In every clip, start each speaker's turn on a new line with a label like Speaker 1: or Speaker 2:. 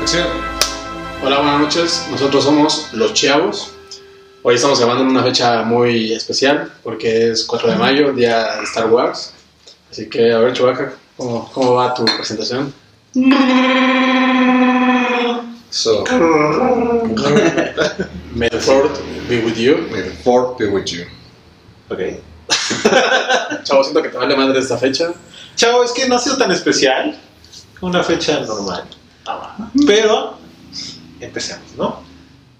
Speaker 1: sección. Hola, buenas noches. Nosotros somos Los Chavos. Hoy estamos grabando en una fecha muy especial porque es 4 de mayo, día de Star Wars. Así que, a ver, Chubaca, ¿cómo, ¿cómo va tu presentación?
Speaker 2: So,
Speaker 1: May the fourth be with you.
Speaker 2: may the fourth be with you.
Speaker 3: Ok.
Speaker 1: Chavo, siento que te vale madre esta fecha.
Speaker 3: Chavo, es que no ha sido tan especial. Una fecha normal. Pero empecemos, ¿no?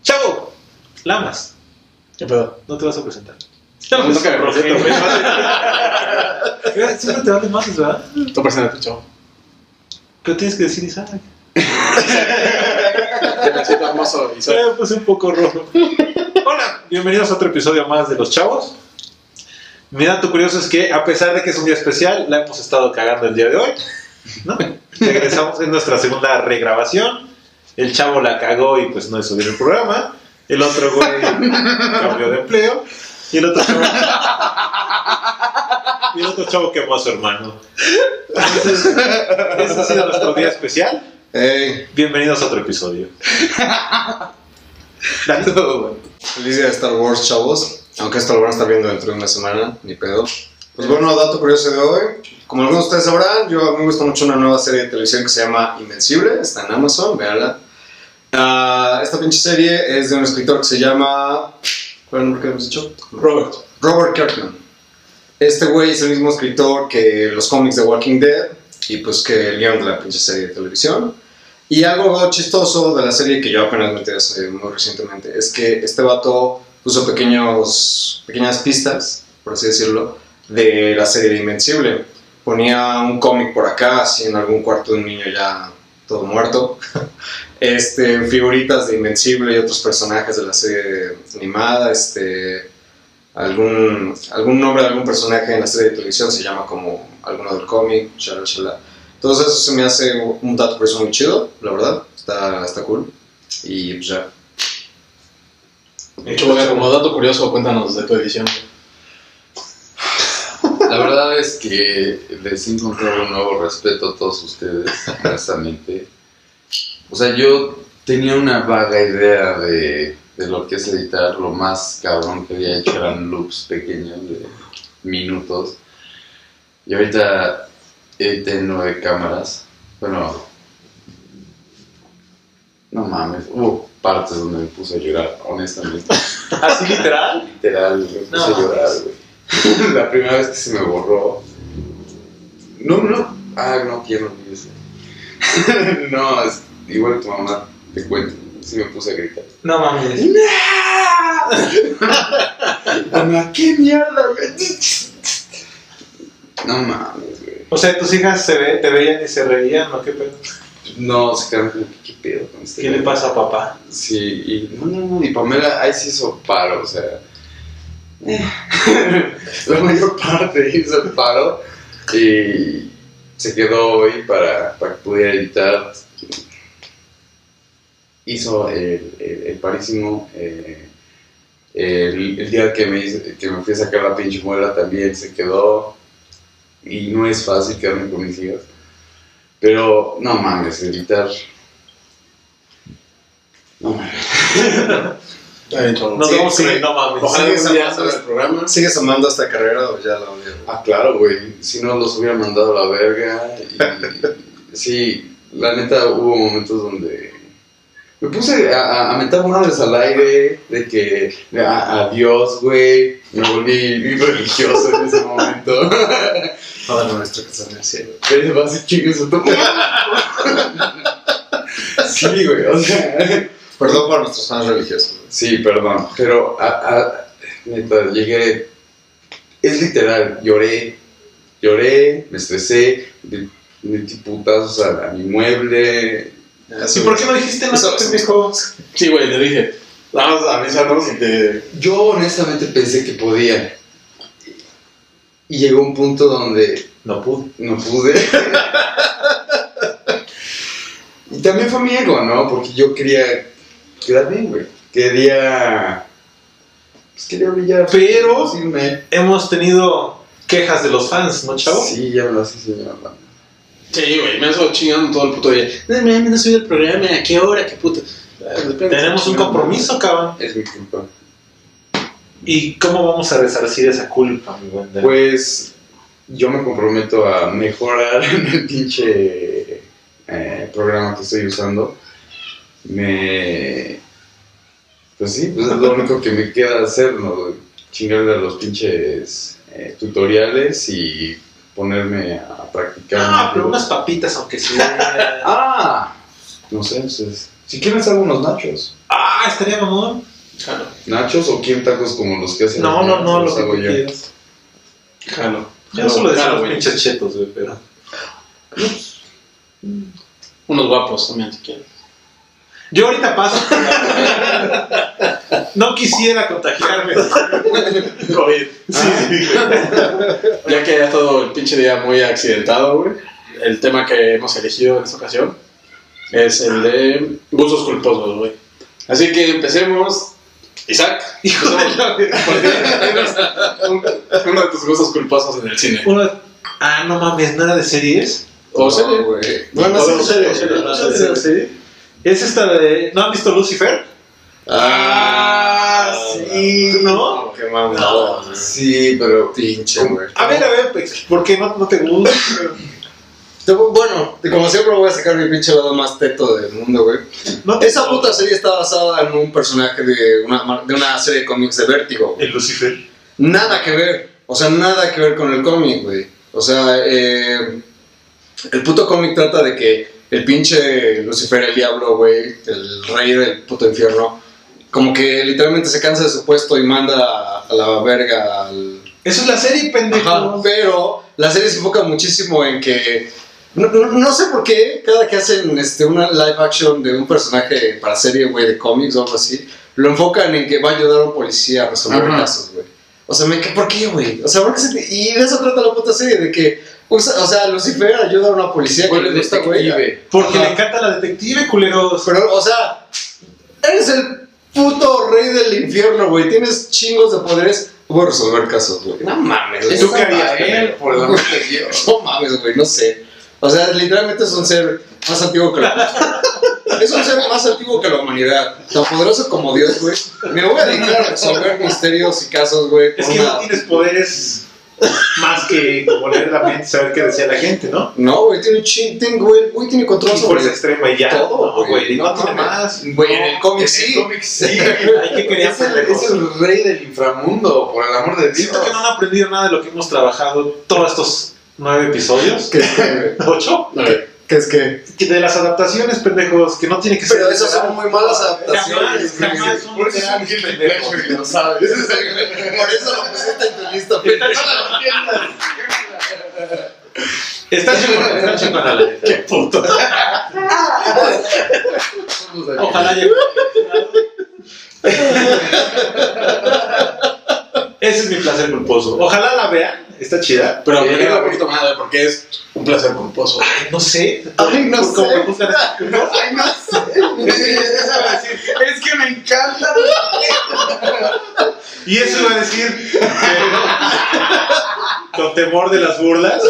Speaker 3: Chavo, Lamas,
Speaker 1: ¿Qué pedo?
Speaker 3: no te vas a presentar.
Speaker 1: No, nunca me presento, güey.
Speaker 3: Siempre te vale más, ¿verdad?
Speaker 1: Tú preséntate, chavo.
Speaker 3: Pero tienes que decir Isaac.
Speaker 1: Yo me siento hermoso y soy.
Speaker 3: Eh, pues un poco rojo. Hola, bienvenidos a otro episodio más de Los Chavos. Mi dato curioso es que, a pesar de que es un día especial, la hemos estado cagando el día de hoy. ¿no? Regresamos en nuestra segunda regrabación. El chavo la cagó y pues no es subir el programa. El otro güey cambió de empleo. Y el otro chavo. Y el otro chavo quemó a su hermano. Entonces, ese ha sido nuestro día especial.
Speaker 2: Hey,
Speaker 3: Bienvenidos a otro episodio.
Speaker 2: feliz día de Star Wars, chavos. Aunque esto lo van a estar viendo dentro de una semana, ni pedo. Pues bueno, dato curioso de hoy. Como algunos de ustedes sabrán, yo a mí me gusta mucho una nueva serie de televisión que se llama Invencible. Está en Amazon, véanla. Ah, esta pinche serie es de un escritor que se llama. ¿Cuál es el nombre que hemos dicho?
Speaker 1: Robert.
Speaker 2: Robert Kirkman. Este güey es el mismo escritor que los cómics de Walking Dead y pues que el guión de la pinche serie de televisión. Y algo chistoso de la serie que yo apenas me enteré hace muy recientemente es que este vato puso pequeños, pequeñas pistas, por así decirlo, de la serie de Invencible. Ponía un cómic por acá, así en algún cuarto de un niño ya todo muerto. este, figuritas de Invencible y otros personajes de la serie animada. Este, algún, algún nombre de algún personaje en la serie de televisión se llama como alguno del cómic, shala, shala. Entonces eso se me hace un dato por eso muy chido, la verdad, está, está cool. Y pues ya.
Speaker 1: Chubaca, como dato curioso, cuéntanos de tu edición.
Speaker 4: La verdad es que les he encontrado un nuevo respeto a todos ustedes, honestamente. O sea, yo tenía una vaga idea de, de lo que es editar. Lo más cabrón que había hecho eran loops pequeños de minutos. Y ahorita edité nueve cámaras. Bueno, no mames, hubo partes donde me puse a llorar, honestamente.
Speaker 3: ¿Así literal?
Speaker 4: Literal, me puse
Speaker 3: No,
Speaker 4: a llorar, güey. La primera vez que se me borró. No, no. Ah, no quiero ni eso. no, es- igual tu mamá te cuento. Sí me puse a gritar.
Speaker 3: No mames.
Speaker 4: Mamá, qué mierda, güey. No mames, güey.
Speaker 3: O sea, tus hijas se ve, te veían y se reían, ¿no? ¿Qué pedo?
Speaker 4: No, se quedaron como, ¿qué pedo con este?
Speaker 3: ¿Qué le
Speaker 4: güey?"
Speaker 3: pasa a papá?
Speaker 4: Sí, y no, no, no, y Pamela ahí sí hizo paro, o sea. eh, la mayor parte hizo el paro y se quedó hoy para, para que pudiera editar. Hizo el, el, el parísimo. eh, el, el día que me, hice- que me fui a sacar la pinche muela también se quedó. Y no es fácil quedarme con mis hijas. Pero no mames, editar. No mames.
Speaker 1: Está bien, chavo.
Speaker 3: Nos
Speaker 2: Sí,
Speaker 3: vemos
Speaker 2: sí.
Speaker 3: con el no mames.
Speaker 1: Ojalá
Speaker 2: Sí,
Speaker 1: algún día
Speaker 2: esa
Speaker 1: salga el programa.
Speaker 2: ¿Sigues amando esta carrera o ya la odias?
Speaker 4: Ah, claro, güey. Si no, los hubiera mandado a la verga. Y, sí, la neta, hubo momentos donde me puse a, a, a mentar madres al aire, de que a, a Dios, güey. Me volví muy religioso en ese momento.
Speaker 2: Padre nuestro que estás en el cielo.
Speaker 4: Pero va a ser chingues a tu madre. Sí, güey, o sea.
Speaker 2: Perdón para nuestros fans religiosos.
Speaker 4: Sí, perdón, pero a, a- neta, llegué. Es literal, lloré, lloré, me estresé, me metí putazos a, a mi mueble.
Speaker 2: Eso-
Speaker 3: no dijiste
Speaker 2: Eso-
Speaker 3: pendejo?
Speaker 1: Sí, güey, le dije. Vamos a avisarnos y te.
Speaker 4: Yo honestamente pensé que podía. Y llegó un punto donde
Speaker 3: No pude.
Speaker 4: no pude. y también fue mi ego, ¿no? Porque yo quería quedar bien, güey. Quería. Pues quería brillar.
Speaker 3: Pero-
Speaker 4: Irme.
Speaker 3: Hemos tenido quejas de los fans, ¿no, chavo?
Speaker 4: Sí, ya me lo hace señor.
Speaker 1: Sí, güey, me han estado chingando todo el puto día. No mames, no he subido el programa, ¿a qué hora? ¿Qué puto? Ah, depende.
Speaker 3: Tenemos un compromiso, cabrón.
Speaker 4: Es mi culpa.
Speaker 3: ¿Y cómo vamos a resarcir esa culpa, mi buen Dani?
Speaker 4: Pues yo me comprometo a mejorar en el pinche eh, programa que estoy usando. Me. Pues sí, pues es lo único que me queda hacer, ¿no? Chingarle a los pinches eh, tutoriales y ponerme a practicar.
Speaker 3: Ah, pero unas papitas, aunque sea.
Speaker 4: Ah, no sé, pues es- si quieren hacer unos nachos.
Speaker 3: ah, estaría mamón.
Speaker 1: Jalo,
Speaker 4: ¿Nachos o quién tacos como los que hacen?
Speaker 3: No, no,
Speaker 4: los
Speaker 3: no,
Speaker 4: los
Speaker 3: lo que
Speaker 4: hago
Speaker 3: tú
Speaker 4: yo.
Speaker 3: quieras.
Speaker 1: jalo.
Speaker 3: Yo solo decía
Speaker 1: Jalo,
Speaker 3: los
Speaker 1: güey.
Speaker 3: pinches chetos, güey, pero.
Speaker 1: Unos guapos también, si quieren.
Speaker 3: Yo ahorita paso. no quisiera contagiarme.
Speaker 1: COVID.
Speaker 3: Sí, sí, güey.
Speaker 1: Ya que ha estado el pinche día muy accidentado, güey. El tema que hemos elegido en esta ocasión es el de gustos culposos, güey. Así que empecemos. Isaac,
Speaker 3: Hijo de la verga.
Speaker 1: ¿por qué tienes un- uno de tus gustos culposos en el cine?
Speaker 3: Uno- Ah, no mames, nada de series.
Speaker 1: O sea,
Speaker 2: No, güey.
Speaker 1: Bueno,
Speaker 2: O
Speaker 1: sí,
Speaker 2: sea,
Speaker 1: sí, sí, sí.
Speaker 2: no,
Speaker 1: sí,
Speaker 3: ¿Es esta de. ¿No han visto Lucifer?
Speaker 4: Ah,
Speaker 3: sí. ¿No?
Speaker 2: Qué mamada. güey.
Speaker 4: sí, pero.
Speaker 2: Pinche, güey.
Speaker 3: A ver, a ver, pues, ¿por qué no, no te gusta?
Speaker 2: Te- Bueno, como siempre voy a sacar mi pinche lado más teto del mundo, güey.
Speaker 3: No te
Speaker 2: Esa
Speaker 3: gusta.
Speaker 2: puta serie está basada en un personaje de una, mar- de una serie de cómics de Vértigo, güey.
Speaker 3: El Lucifer.
Speaker 2: Nada que ver. O sea, nada que ver con el cómic, güey. O sea, eh, el puto cómic trata de que el pinche Lucifer, el diablo, güey, el rey del puto infierno, como que literalmente se cansa de su puesto y manda a- a la verga al
Speaker 3: Eso es la serie, pendejo.
Speaker 2: Ajá, pero la serie se enfoca muchísimo en que. No, no- no sé por qué, cada que hacen este, una live action de un personaje para serie, güey, de cómics o algo así, lo enfocan en que va a ayudar a un policía a resolver
Speaker 1: Ajá.
Speaker 2: casos, güey. O sea, me, ¿por qué, güey? O sea, ¿por qué se te- Y de eso trata la puta serie, de que. usa- o sea, Lucifer ayuda a una policía que
Speaker 4: ¿Cuál
Speaker 2: le
Speaker 4: es
Speaker 2: gusta, güey. a-
Speaker 4: detective?
Speaker 3: Porque
Speaker 2: Ajá.
Speaker 3: le encanta la detective, culeros.
Speaker 2: Pero, o sea, eres el puto rey del infierno, güey. Tienes chingos de poderes. Voy a resolver casos, güey. No mames, güey.
Speaker 3: ¿Tú qué harías,
Speaker 4: él, por el amor de Dios.
Speaker 2: No mames, güey, no sé. O sea, literalmente es un ser más antiguo que la Es un ser más antiguo que la humanidad. Tan poderoso como Dios, güey. Me voy a dedicar a resolver misterios y casos, güey. por
Speaker 3: Es que
Speaker 2: una-
Speaker 3: no tienes poderes más que como leer la mente, saber qué decía la gente, ¿no?
Speaker 2: No, güey, tiene un ching, tiene, güey, güey, tiene control
Speaker 3: Y fuerza
Speaker 2: sobre
Speaker 3: extrema y ya.
Speaker 2: todo,
Speaker 3: No,
Speaker 2: güey.
Speaker 3: No, tiene
Speaker 2: mames.
Speaker 3: más.
Speaker 2: Güey, en el cómic
Speaker 4: En
Speaker 2: sí.
Speaker 4: el cómic sí.
Speaker 3: Hay que querer
Speaker 4: Es el,
Speaker 3: hacer
Speaker 4: es el rey del inframundo, por el amor de Dios.
Speaker 3: Siento que no han aprendido nada de lo que hemos trabajado todos estos nueve episodios.
Speaker 2: ¿Qué es que, güey?
Speaker 3: ¿Ocho?
Speaker 1: A ver,
Speaker 2: ¿Qué es que?
Speaker 3: Que De las adaptaciones, pendejos, que no tiene que ser.
Speaker 2: Pero esas son muy malas
Speaker 3: Jamás,
Speaker 2: adaptaciones,
Speaker 3: jamás
Speaker 2: güey.
Speaker 3: son
Speaker 4: Por eso es un
Speaker 3: literales,
Speaker 4: guilty
Speaker 3: pendejos.
Speaker 4: pleasure, lo sabes. Ese es el
Speaker 2: Por eso lo pusiste en tu lista, güey.
Speaker 3: Está chingón, está chingón, la neta.
Speaker 1: qué puto.
Speaker 3: Ojalá haya. Ese es mi placer culposo. Ojalá la vean, está chida.
Speaker 1: Pero
Speaker 4: Sí,
Speaker 1: me un
Speaker 4: güey.
Speaker 1: poquito más, güey, porque es un placer culposo.
Speaker 3: Ay, no sé.
Speaker 2: Ay, no
Speaker 3: Por cómo
Speaker 2: sé.
Speaker 3: me juzgan esas cosas.
Speaker 2: Ay, no
Speaker 3: Es que- es que iba a decir-
Speaker 4: Es que me encanta.
Speaker 3: Y eso iba a decir. pero- Con temor de las burlas.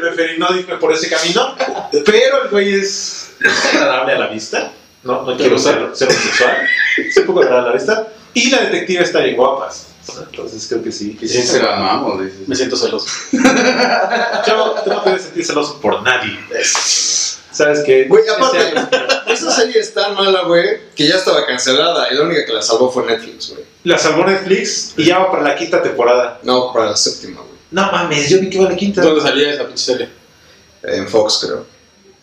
Speaker 3: Preferí no irme por ese camino. Pero el güey es agradable a la vista. No, no quiero ser, ser homosexual. Es un poco agradable a la vista. Y la detective está bien guapas. Entonces creo que sí.
Speaker 4: Y si se la amamos, dices.
Speaker 1: Me siento celoso.
Speaker 3: Chavo, tú no puedes sentir celoso por nadie. ¿Sabes qué?
Speaker 2: Güey, aparte-
Speaker 3: Este año-
Speaker 2: Esa serie es tan mala, güey, que ya estaba cancelada y la única que la salvó fue Netflix, güey.
Speaker 3: La salvó Netflix y ya va para la quinta temporada.
Speaker 2: No, para la séptima, güey.
Speaker 3: No mames, yo vi que va a la quinta.
Speaker 1: ¿Dónde salía esa pinche serie?
Speaker 2: En Fox, creo.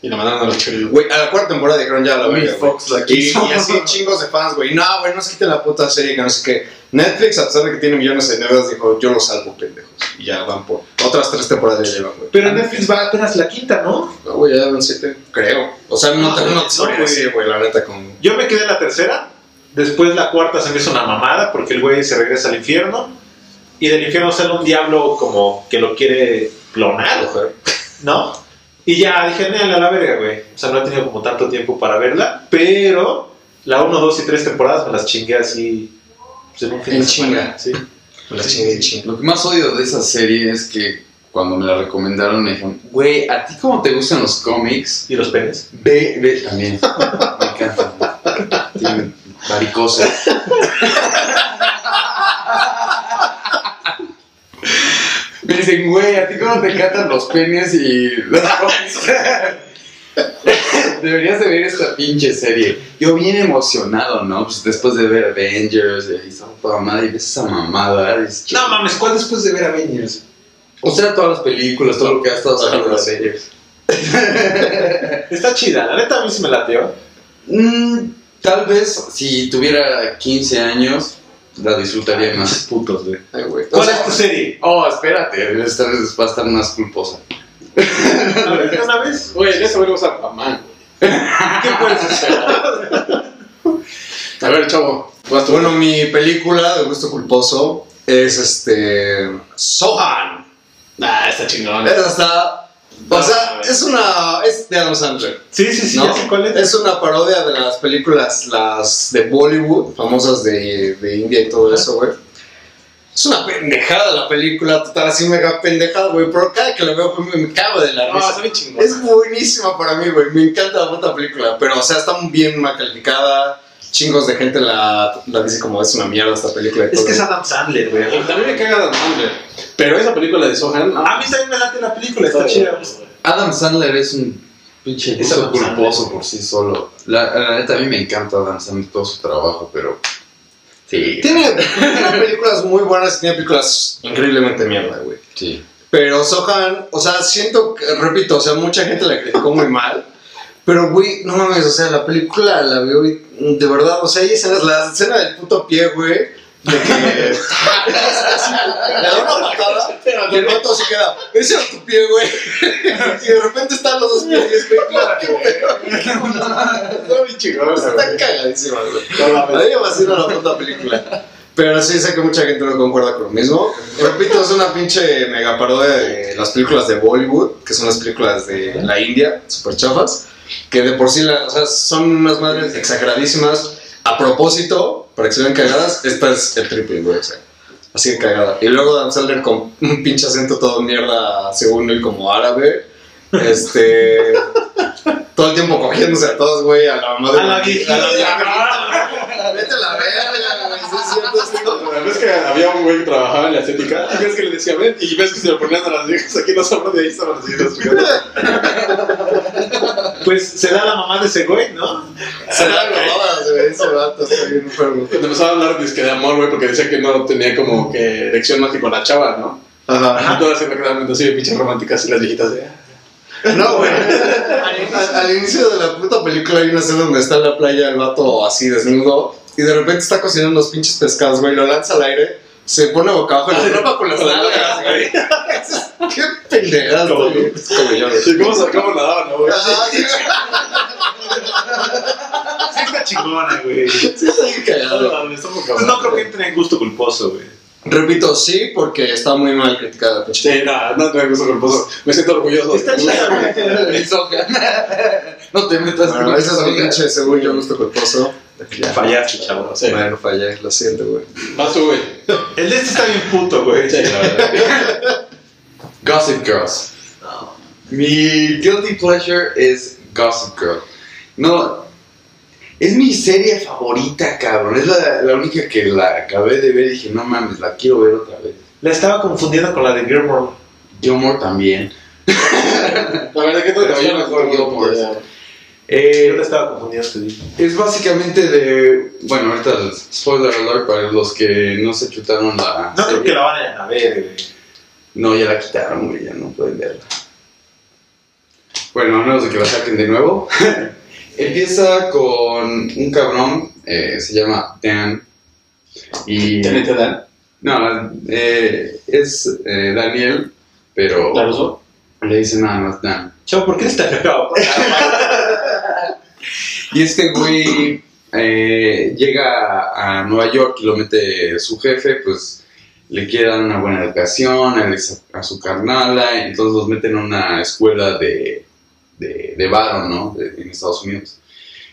Speaker 1: Y la mandaron a los churros.
Speaker 2: Güey, a la cuarta temporada dijeron ya la
Speaker 4: Uy,
Speaker 2: verga, güey.
Speaker 4: Fox la
Speaker 2: Y,
Speaker 4: quiso.
Speaker 2: y así chingos de fans, güey. No, güey, no se quiten la puta serie, que no sé qué. Netflix, a pesar de que tiene millones de deudas, dijo, yo lo salvo, pendejos. Y ya van por otras tres temporadas ya llevan, güey.
Speaker 3: Pero Netflix va apenas la quinta, ¿no?
Speaker 2: No, güey, ya llevan siete, creo. O sea, no,
Speaker 3: Ah,
Speaker 2: te- no
Speaker 3: no,
Speaker 2: te sabría
Speaker 3: güey.
Speaker 2: decir, güey, la neta, con...
Speaker 3: Yo me quedé en la tercera. Después la cuarta se me hizo una mamada porque el güey se regresa al infierno. Y del infierno sale un diablo como que lo quiere clonar, ¿no? Y ya dije, "Nel, a la verga, güey. O sea, no he tenido como tanto tiempo para verla. Pero la 1, 2 y 3 temporadas me las chingué así. Pues en un fin
Speaker 2: En
Speaker 3: de
Speaker 2: chinga.
Speaker 3: semana. Sí.
Speaker 2: La chingue, chingue.
Speaker 4: Lo que más odio de esa serie es que cuando me la recomendaron me dijeron, güey, ¿a ti cómo te gustan los cómics?
Speaker 3: ¿Y los penes?
Speaker 4: Ve, ve, también. Me encanta. Tienen varicosas. Me dicen, güey, ¿a ti cómo te encantan los penes y los cómics? Deberías de ver esta pinche serie. Yo bien emocionado, ¿no? Pues después de ver Avengers y esa puta madre y ves esa mamada. dices,
Speaker 3: No mames, ¿cuál después de ver Avengers?
Speaker 4: o sea, todas las películas, todo lo que ha estado saliendo de series.
Speaker 3: Está chida, la neta a mí sí me lateó.
Speaker 4: Mm, tal vez si tuviera 15 años, la disfrutaría más.
Speaker 3: Putos, güey.
Speaker 4: Ay, güey. O
Speaker 3: ¿Cuál
Speaker 4: sea,
Speaker 3: es tu serie?
Speaker 4: oh, espérate, esta vez va a estar más culposa.
Speaker 3: ¿Una vez? ¿Una vez?
Speaker 1: Güey, ya sabemos a mamá.
Speaker 3: ¿Qué puedes hacer?
Speaker 1: A ver, chavo. vas tú.
Speaker 2: Bueno, mi película de gusto culposo es este. Sohan.
Speaker 1: Ah, está chingón.
Speaker 2: Esa está. O
Speaker 1: No,
Speaker 2: sea,
Speaker 1: a ver.
Speaker 2: es una. Es de Adam Sandler.
Speaker 3: Sí, sí, sí,
Speaker 2: ¿no?
Speaker 3: ya sé cuál es.
Speaker 2: Es una parodia de las películas las de Bollywood, famosas de, de India y todo eso, güey. Es una pendejada la película, total, así mega pendejada, güey. Pero cada que la veo güey, me, me cago de la
Speaker 3: Ah,
Speaker 1: No,
Speaker 2: risa.
Speaker 1: está bien chingón.
Speaker 2: Es buenísima para mí, güey. Me encanta la puta película. Pero, o sea, está bien mal calificada. Chingos de gente la, la dice como es una mierda esta película. y
Speaker 3: Es
Speaker 2: todo.
Speaker 3: que es Adam Sandler, güey.
Speaker 1: También me caga Adam Sandler. Pero esa película de Sohan. ah,
Speaker 3: A mí también me late la película, está chida.
Speaker 4: Adam Sandler es un pinche
Speaker 3: Es
Speaker 4: gusto
Speaker 3: Adam Sandler.
Speaker 4: culposo por sí solo. La, la neta, a mí me encanta Adam Sandler, todo su trabajo, pero. Sí.
Speaker 2: Tiene, tiene películas muy buenas y tiene películas increíblemente mierda, güey.
Speaker 4: Sí.
Speaker 2: Pero Sohan, o sea, siento, que- repito, o sea, mucha gente la criticó muy mal. Pero, güey, no mames, o sea, la película la veo y mm, de verdad, o sea, hay escenas, la escena del puto pie, güey, de que le da una patada y el vato se queda, ese era tu pie, güey. Y de repente están los dos pies, güey, claro, qué pedo.
Speaker 1: Está bien chingón.
Speaker 2: Está cagadísima, güey.
Speaker 1: No mames.
Speaker 2: A mí me vacila la puta película. Pero sí sé que mucha gente no concuerda con lo mismo. Repito, es una pinche mega parodia de las películas de Bollywood, que son las películas de la India, super chafas, que de por sí la- o sea, son unas madres exageradísimas. A propósito, para que se vean cagadas, esta es el triple, güey. o sea, así de cagada. Y luego Dan Sandler con un pinche acento todo mierda, según él, como árabe. Este. todo el tiempo cogiéndose a todos, güey, a la mamá de
Speaker 3: A la viejita.
Speaker 2: a la Vete a la verga, güey. Sí, es cierto, es cierto.
Speaker 1: ¿Ves que había un güey que trabajaba en la estética? ¿Y ves que le decía, ven? Y ves que se lo ponían a las viejas aquí no sobra de ahí, estaban las viejas.
Speaker 3: Pues se da la mamá de ese güey, ¿no?
Speaker 2: Se la robabas, güey. Ese vato está bien enfermo.
Speaker 1: Cuando empezaba a hablar dizque, de amor, güey, porque decía que no tenía como que erección más que con la chava, ¿no?
Speaker 2: Ajá.
Speaker 1: Y todas se me quedaban viendo así de pinches románticas y las viejitas de... "Ah".
Speaker 2: No, güey. Al, al inicio de la puta película hay una escena donde está en la playa el vato así desnudo y de repente está cocinando unos pinches pescados, güey. Lo lanza al aire, se pone boca abajo y lo ropa con las nalgas, güey. Qué pendejadas,
Speaker 1: Como
Speaker 2: güey. Es como yo, güey.
Speaker 1: ¿Y "Pues, cómo sacamos la daba, no, güey?
Speaker 2: Ah, sí,
Speaker 3: Sí, está chingona, güey.
Speaker 2: sí, está bien cagado.
Speaker 3: Pues no creo que entre en gusto culposo, güey.
Speaker 2: Repito, sí, porque está muy mal criticada la pinche
Speaker 1: Sí, no, no me gusta culposo. Me siento orgulloso. de-
Speaker 3: Está chida, güey.
Speaker 4: no te metas
Speaker 2: Bueno,
Speaker 4: con
Speaker 2: ese es un
Speaker 4: Sohan.
Speaker 2: pinche, según yo, gusto culposo. Ya.
Speaker 3: Fallaste, chavo.
Speaker 1: Sí.
Speaker 2: Bueno, fallé, lo siento, güey.
Speaker 1: Vas tú, güey.
Speaker 3: El de este está bien puto, güey.
Speaker 1: Sí, la verdad.
Speaker 4: Gossip Girls. Mi guilty pleasure es Gossip Girl. No, es mi serie favorita, cabrón. Es la, la única que la acabé de ver y dije, no mames, la quiero ver otra vez.
Speaker 3: La estaba confundiendo con la de Gilmore.
Speaker 4: Gilmore también.
Speaker 1: La verdad que todo
Speaker 4: Pero yo mejor Gilmore.
Speaker 1: Ya.
Speaker 4: Eh,
Speaker 3: Yo la estaba confundiendo, te digo.
Speaker 4: Es básicamente de. Bueno, ahorita spoiler alert para los que no se chutaron la.
Speaker 3: No creo
Speaker 4: serie.
Speaker 3: que la vayan a ver, güey.
Speaker 4: No, ya la quitaron, güey, ya no pueden verla. Bueno, a menos de que la saquen de nuevo. Empieza con un cabrón, eh, se llama Dan. Y.
Speaker 1: ¿Tenete Dan?
Speaker 4: No, eh, es eh, Daniel, pero
Speaker 1: ¿La usó?
Speaker 4: le dicen nada más Dan.
Speaker 3: Chavo, ¿por qué está cagado?
Speaker 4: Y este güey eh, llega a, a Nueva York y lo mete su jefe, pues le quiere dar una buena educación a, les- a su carnala, entonces los meten a una escuela de, de, de varo, ¿no? De- en Estados Unidos.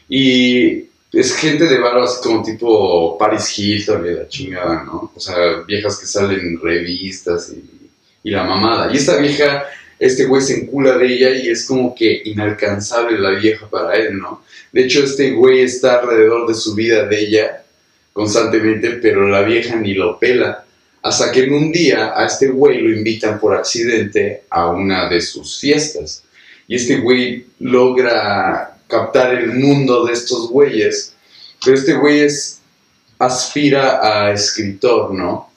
Speaker 4: Y es gente de varo así como tipo Paris Hilton y la chingada, ¿no? O sea, viejas que salen en revistas y y la mamada. Y esta vieja, este güey se encula de ella y es como que inalcanzable la vieja para él, ¿no? De hecho, este güey está alrededor de su vida de ella constantemente, pero la vieja ni lo pela. Hasta que en un día a este güey lo invitan por accidente a una de sus fiestas. Y este güey logra captar el mundo de estos güeyes. Pero este güey es, aspira a escritor, ¿no?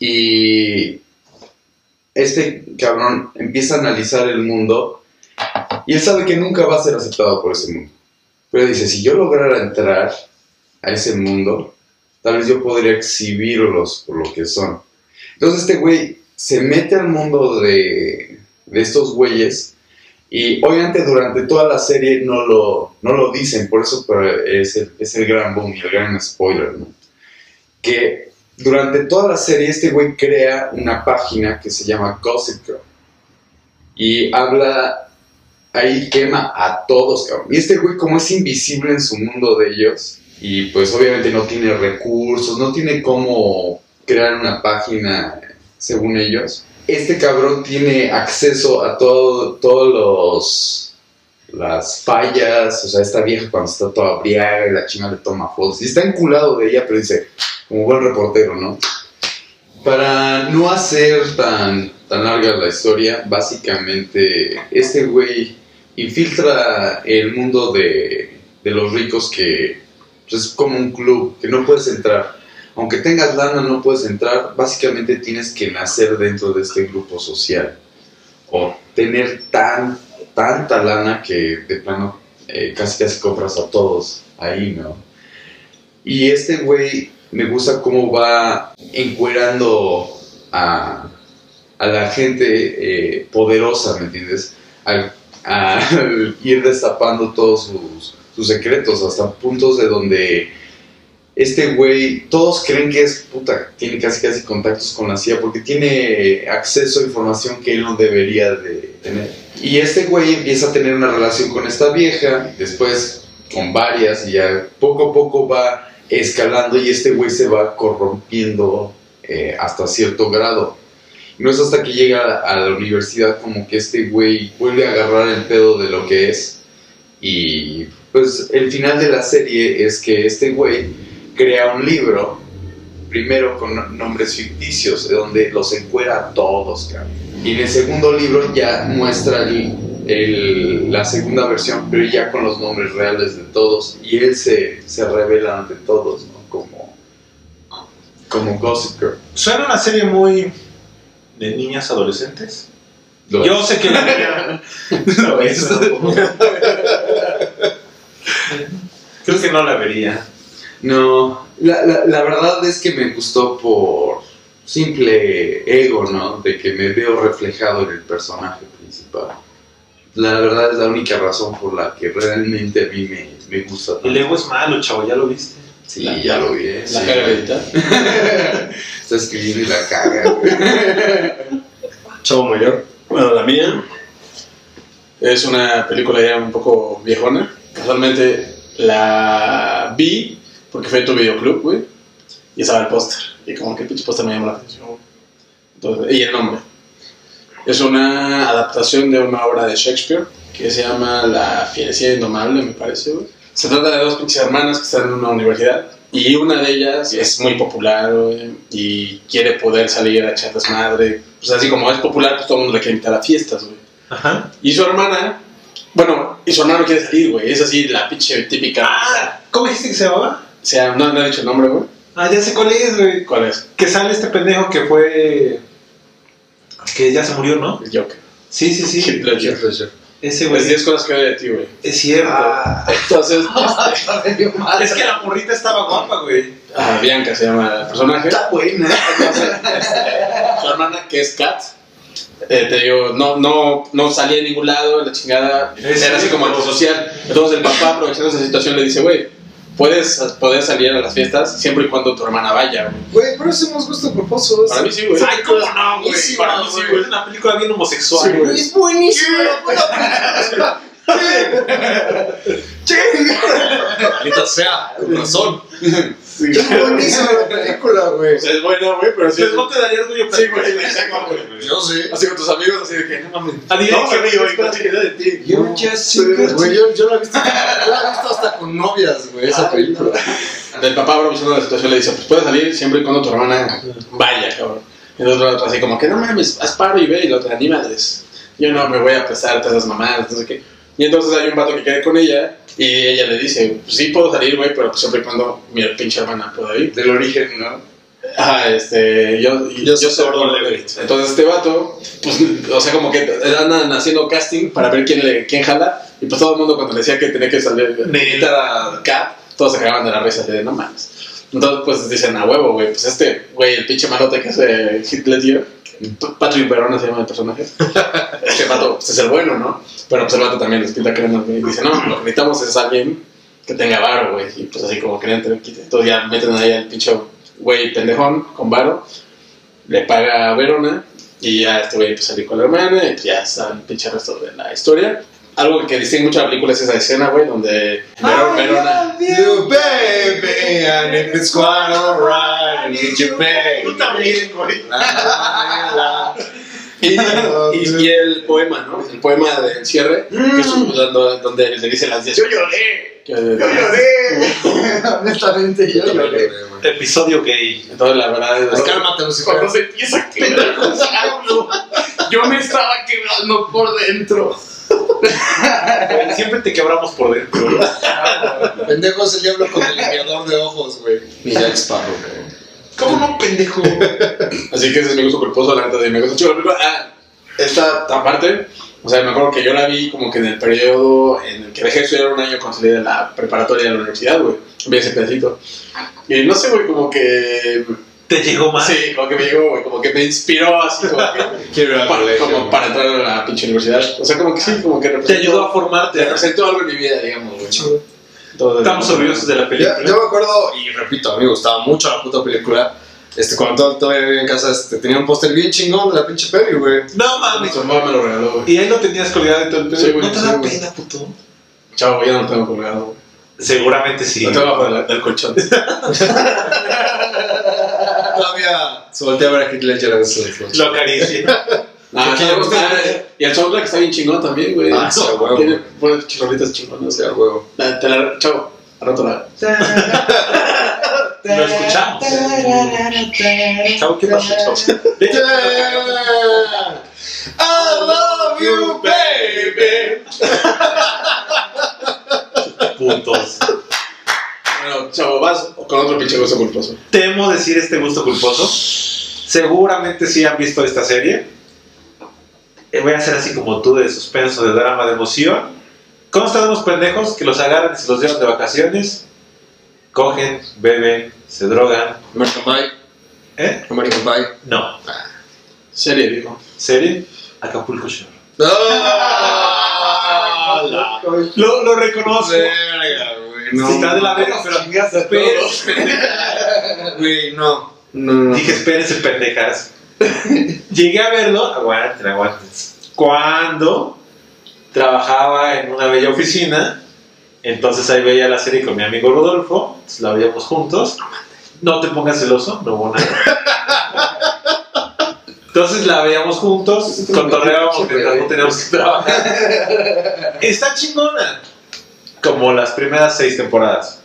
Speaker 4: Y este cabrón empieza a analizar el mundo y él sabe que nunca va a ser aceptado por ese mundo. Pero dice, si yo lograra entrar a ese mundo, tal vez yo podría exhibirlos por lo que son. Entonces este güey se mete al mundo de, de estos güeyes y obviamente durante toda la serie no lo, no lo dicen, por eso pero es, el, es el gran boom y el gran spoiler, ¿no? Que durante toda la serie este güey crea una página que se llama Gossip Girl. Y habla, ahí quema a todos, cabrón. Y este güey como es invisible en su mundo de ellos, y pues obviamente no tiene recursos, no tiene cómo crear una página según ellos. Este cabrón tiene acceso a todo, todos los las fallas, o sea, esta vieja cuando está toda briaga y la china le toma fotos. Y está enculado de ella, pero dice, como buen reportero, ¿no? Para no hacer tan, tan larga la historia, básicamente este güey infiltra el mundo de, de los ricos que pues, es como un club, que no puedes entrar. Aunque tengas lana, no puedes entrar. Básicamente tienes que nacer dentro de este grupo social o tener tan tanta lana que de plano eh, casi casi compras a todos ahí, ¿no? Y este güey me gusta cómo va encuerando a, a la gente eh, poderosa, ¿me entiendes? Al, a- al ir destapando todos sus, sus secretos hasta puntos de donde este güey, todos creen que es puta, tiene casi casi contactos con la CIA porque tiene acceso a información que él no debería de tener. Y este güey empieza a tener una relación con esta vieja, después con varias y ya poco a poco va escalando y este güey se va corrompiendo eh, hasta cierto grado. No es hasta que llega a la universidad como que este güey vuelve a agarrar el pedo de lo que es y pues el final de la serie es que este güey crea un libro, primero con nombres ficticios, de donde los encuera a todos, cabrón. Y en el segundo libro ya muestra el- el- la segunda versión, pero ya con los nombres reales de todos. Y él se, se revela ante todos, ¿no? Como, como Gossip Girl.
Speaker 3: Suena una serie muy de niñas adolescentes.
Speaker 4: Lo-
Speaker 3: Yo sé que la
Speaker 4: lo ves.
Speaker 3: Creo que no la vería.
Speaker 4: No, la, la, la verdad es que me gustó por simple ego, ¿no? De que me veo reflejado en el personaje principal. La verdad es la única razón por la que realmente a mí me, me gusta. tanto.
Speaker 3: El ego es malo, chavo, ya lo viste.
Speaker 4: Sí,
Speaker 1: La-
Speaker 4: ya lo vi. eh,
Speaker 1: La
Speaker 4: sí.
Speaker 1: cara bendita.
Speaker 4: Está escribiendo y la caga. güey.
Speaker 2: Chavo mayor.
Speaker 1: Bueno, la mía es una película ya un poco viejona. Casualmente la vi porque fue tu videoclub, güey. Y estaba el póster. Y como que el pinche póster me llamó la atención. güey. Entonces, y el nombre. Es una adaptación de una obra de Shakespeare que se llama La fierecía indomable, me parece, güey. Se trata de dos pinches hermanas que están en una universidad. Y una de ellas es muy popular güey, y quiere poder salir a echar desmadre. Pues así como es popular, pues todo el mundo le quiere invitar a fiestas, güey.
Speaker 3: Ajá.
Speaker 1: Y su hermana, bueno, y su hermana no quiere salir, güey. Es así la pinche típica.
Speaker 3: Ah, ¿cómo dijiste que se llamaba?
Speaker 1: O sea, no, no he dicho el nombre, güey.
Speaker 3: Ah, ya sé cuál es, güey.
Speaker 1: ¿Cuál es?
Speaker 3: Que sale este pendejo que fue. Que ya se murió, ¿no?
Speaker 1: El Joker.
Speaker 3: Sí, sí, sí.
Speaker 1: Hitler Joker.
Speaker 3: Ese
Speaker 1: Las
Speaker 3: güey.
Speaker 1: 10 cosas que odio de ti, güey.
Speaker 3: Es cierto.
Speaker 1: Entonces,
Speaker 3: Ah, es que la morrita estaba guapa, güey.
Speaker 1: ah, Bianca se llama el personaje. este,
Speaker 4: Está buena.
Speaker 1: su hermana, que es Kat, eh, te digo, no, no, no salía a ningún lado, la chingada,
Speaker 3: Es
Speaker 1: era así como antisocial. Entonces el papá, aprovechando esa situación, le dice, güey, puedes poder salir a las fiestas siempre y cuando tu hermana vaya, güey.
Speaker 2: Güey, pero eso hemos gusto a propósito.
Speaker 1: Para mí sí, güey.
Speaker 3: Ay, cómo no, güey.
Speaker 1: Pues, Buenísima,
Speaker 3: Para mí sí,
Speaker 1: güey.
Speaker 3: güey. Es una película bien homosexual,
Speaker 1: Sí,
Speaker 3: güey.
Speaker 1: güey.
Speaker 2: Es buenísimo.
Speaker 1: Maldita sea, con razón. Sí,
Speaker 2: Qué buenísima la película, güey.
Speaker 1: O sea, es buena, güey, pero sí.
Speaker 3: Pues no te daría orgullo.
Speaker 1: Sí, güey, exacto, güey.
Speaker 2: Yo sé.
Speaker 1: Así con tus amigos, así de que no mames.
Speaker 3: A
Speaker 1: No,
Speaker 3: que
Speaker 1: güey, güey, no tiene idea de ti.
Speaker 2: Yo ya sé, güey. Yo, yo la he visto, yo la he visto hasta con novias, güey, esa película.
Speaker 1: El papá aprovechando la situación le dice, pues puedes salir siempre y cuando tu hermana vaya, cabrón. Y el otro, así como que no mames, haz paro y ve, y la otra, ni madres. Yo no me voy a pesar todas esas mamadas, no sé qué. Y entonces hay un vato que queda con ella y ella le dice, pues sí puedo salir, güey, pero pues siempre y cuando mi pinche hermana pueda ir.
Speaker 4: Del origen, ¿no?
Speaker 1: Ah, este, yo, yo,
Speaker 2: Yo soy sordo
Speaker 1: sordo
Speaker 2: leve.
Speaker 1: leve. Entonces este vato, pues, o sea, como que andan haciendo casting para ver quién, le, quién jala. Y pues todo el mundo cuando le decía que tenía que salir neta a Cap, todos se cagaban de la risa, así de no mames. Entonces pues dicen, a huevo, güey, pues este, güey, el pinche malote que hace Heath Ledger, Patrick Verona se llama el personaje, este vato, pues es el bueno, ¿no? Pero pues el vato también les pinta cremas, güey, y dice, no, lo que necesitamos es alguien que tenga varo, güey, y pues así como querían tener quite. Entonces ya meten ahí al pinche güey pendejón con varo, le paga a Verona, y ya este güey pues salió con la hermana, y pues ya está el pinche resto de la historia. Algo que distingue mucho a la película es esa escena, güey, donde Ver- Verona...
Speaker 2: You baby, and if it's quite alright, I need you baby.
Speaker 3: también, güey.
Speaker 2: La, la, la.
Speaker 1: Y, y- y el poema, ¿no? El poema del cierre, que es un- donde, donde le dice las 10. Mm. Yo lloré.
Speaker 2: Honestamente, yo
Speaker 1: Yo
Speaker 2: lloré.
Speaker 3: Episodio gay.
Speaker 1: Entonces, la verdad es
Speaker 2: Pues cálmate, Lucifer.
Speaker 5: Cuando se empieza a quebrar los hablo, yo me estaba quebrando por dentro.
Speaker 3: Siempre te quebramos por dentro.
Speaker 2: Pendejo es el diablo con el limpiador de ojos, güey. Y ya Sparrow, güey.
Speaker 5: ¿Cómo no, pendejo?
Speaker 1: Así que ese es mi gusto culposo, la neta, sí, me gusta chido la película. Ah, esta aparte, o sea, me acuerdo que yo la vi como que en el periodo en el que dejé de estudiar un año cuando salí de la preparatoria de la universidad, güey. Vi ese pedacito. Y no sé, güey, como que...
Speaker 3: Te llegó más.
Speaker 1: Sí, como que me llegó, güey, como que me inspiró así, como que...
Speaker 2: Quiero ir al
Speaker 1: para,
Speaker 2: colegio,
Speaker 1: como
Speaker 2: güey.
Speaker 1: para entrar a la pinche universidad. O sea, como que sí, como que
Speaker 3: Te
Speaker 1: representó-
Speaker 3: ayudó a
Speaker 1: Te
Speaker 3: formarte.
Speaker 1: representó algo en mi vida, digamos, güey. Todo
Speaker 3: Estamos orgullosos de la
Speaker 2: Yo,
Speaker 3: película.
Speaker 2: yo me acuerdo, y repito, a mí me gustaba mucho la puta película. Este, cuando todo- todavía vivía en casa, este, tenía un póster bien chingón de la pinche peli, güey.
Speaker 3: No
Speaker 1: Ah, Mi
Speaker 3: mames.
Speaker 1: mamá me lo regaló, güey.
Speaker 3: Y ahí lo tenías colgado y todo el pedo.
Speaker 1: Sí, güey,
Speaker 3: ¿No te
Speaker 1: sí,
Speaker 3: da
Speaker 1: güey.
Speaker 3: pena, puto?
Speaker 1: Chavo, güey, ya no lo tengo colgado, güey.
Speaker 3: Seguramente sí.
Speaker 1: Lo tengo abajo del, del colchón.
Speaker 2: Todavía se voltea a ver a Heath Ledger en ese
Speaker 3: Lo acaricia.
Speaker 1: Ah,
Speaker 2: Porque
Speaker 1: sí,
Speaker 2: le
Speaker 1: pues,
Speaker 2: gusta-
Speaker 1: ah, y el soundtrack está bien chingón también, güey.
Speaker 2: Ah, sí, a huevo.
Speaker 1: Tiene buenas chorritas chingonas.
Speaker 2: Sí, a huevo.
Speaker 1: La- te la- chavo, al rato la.
Speaker 3: Lo escuchamos. Chao, ¿qué pasó, chao? De hecho,
Speaker 2: I love you, baby.
Speaker 3: puntos.
Speaker 1: Bueno, chavo, vas con otro pinche gusto culposo.
Speaker 3: Temo decir este gusto culposo. Seguramente sí han visto esta serie. Eh, Voy a hacer así como tú, de suspenso, de drama, de emoción. Consta de unos pendejos que los agarran y se los llevan de vacaciones. Cogen, beben, se drogan.
Speaker 2: American Pie.
Speaker 3: ¿Eh?
Speaker 2: American Pie.
Speaker 3: No.
Speaker 1: Serie, dijo.
Speaker 3: Serie Acapulco Shore.
Speaker 2: ¡Ah! la
Speaker 3: Lo, lo reconozco.
Speaker 2: verga, güey, no.
Speaker 3: Sí, está de la verga, pero espérense.
Speaker 2: Güey, no. No, no.
Speaker 3: Dije, espérense, pendejas. Llegué a verlo, aguanten, aguanten. Cuando trabajaba en una bella oficina, entonces ahí veía la serie con mi amigo Rodolfo, entonces la veíamos juntos. No te pongas celoso, no hubo nada. Entonces la veíamos juntos, contorreábamos mientras no teníamos que trabajar. Está chingona. Como las primeras seis temporadas.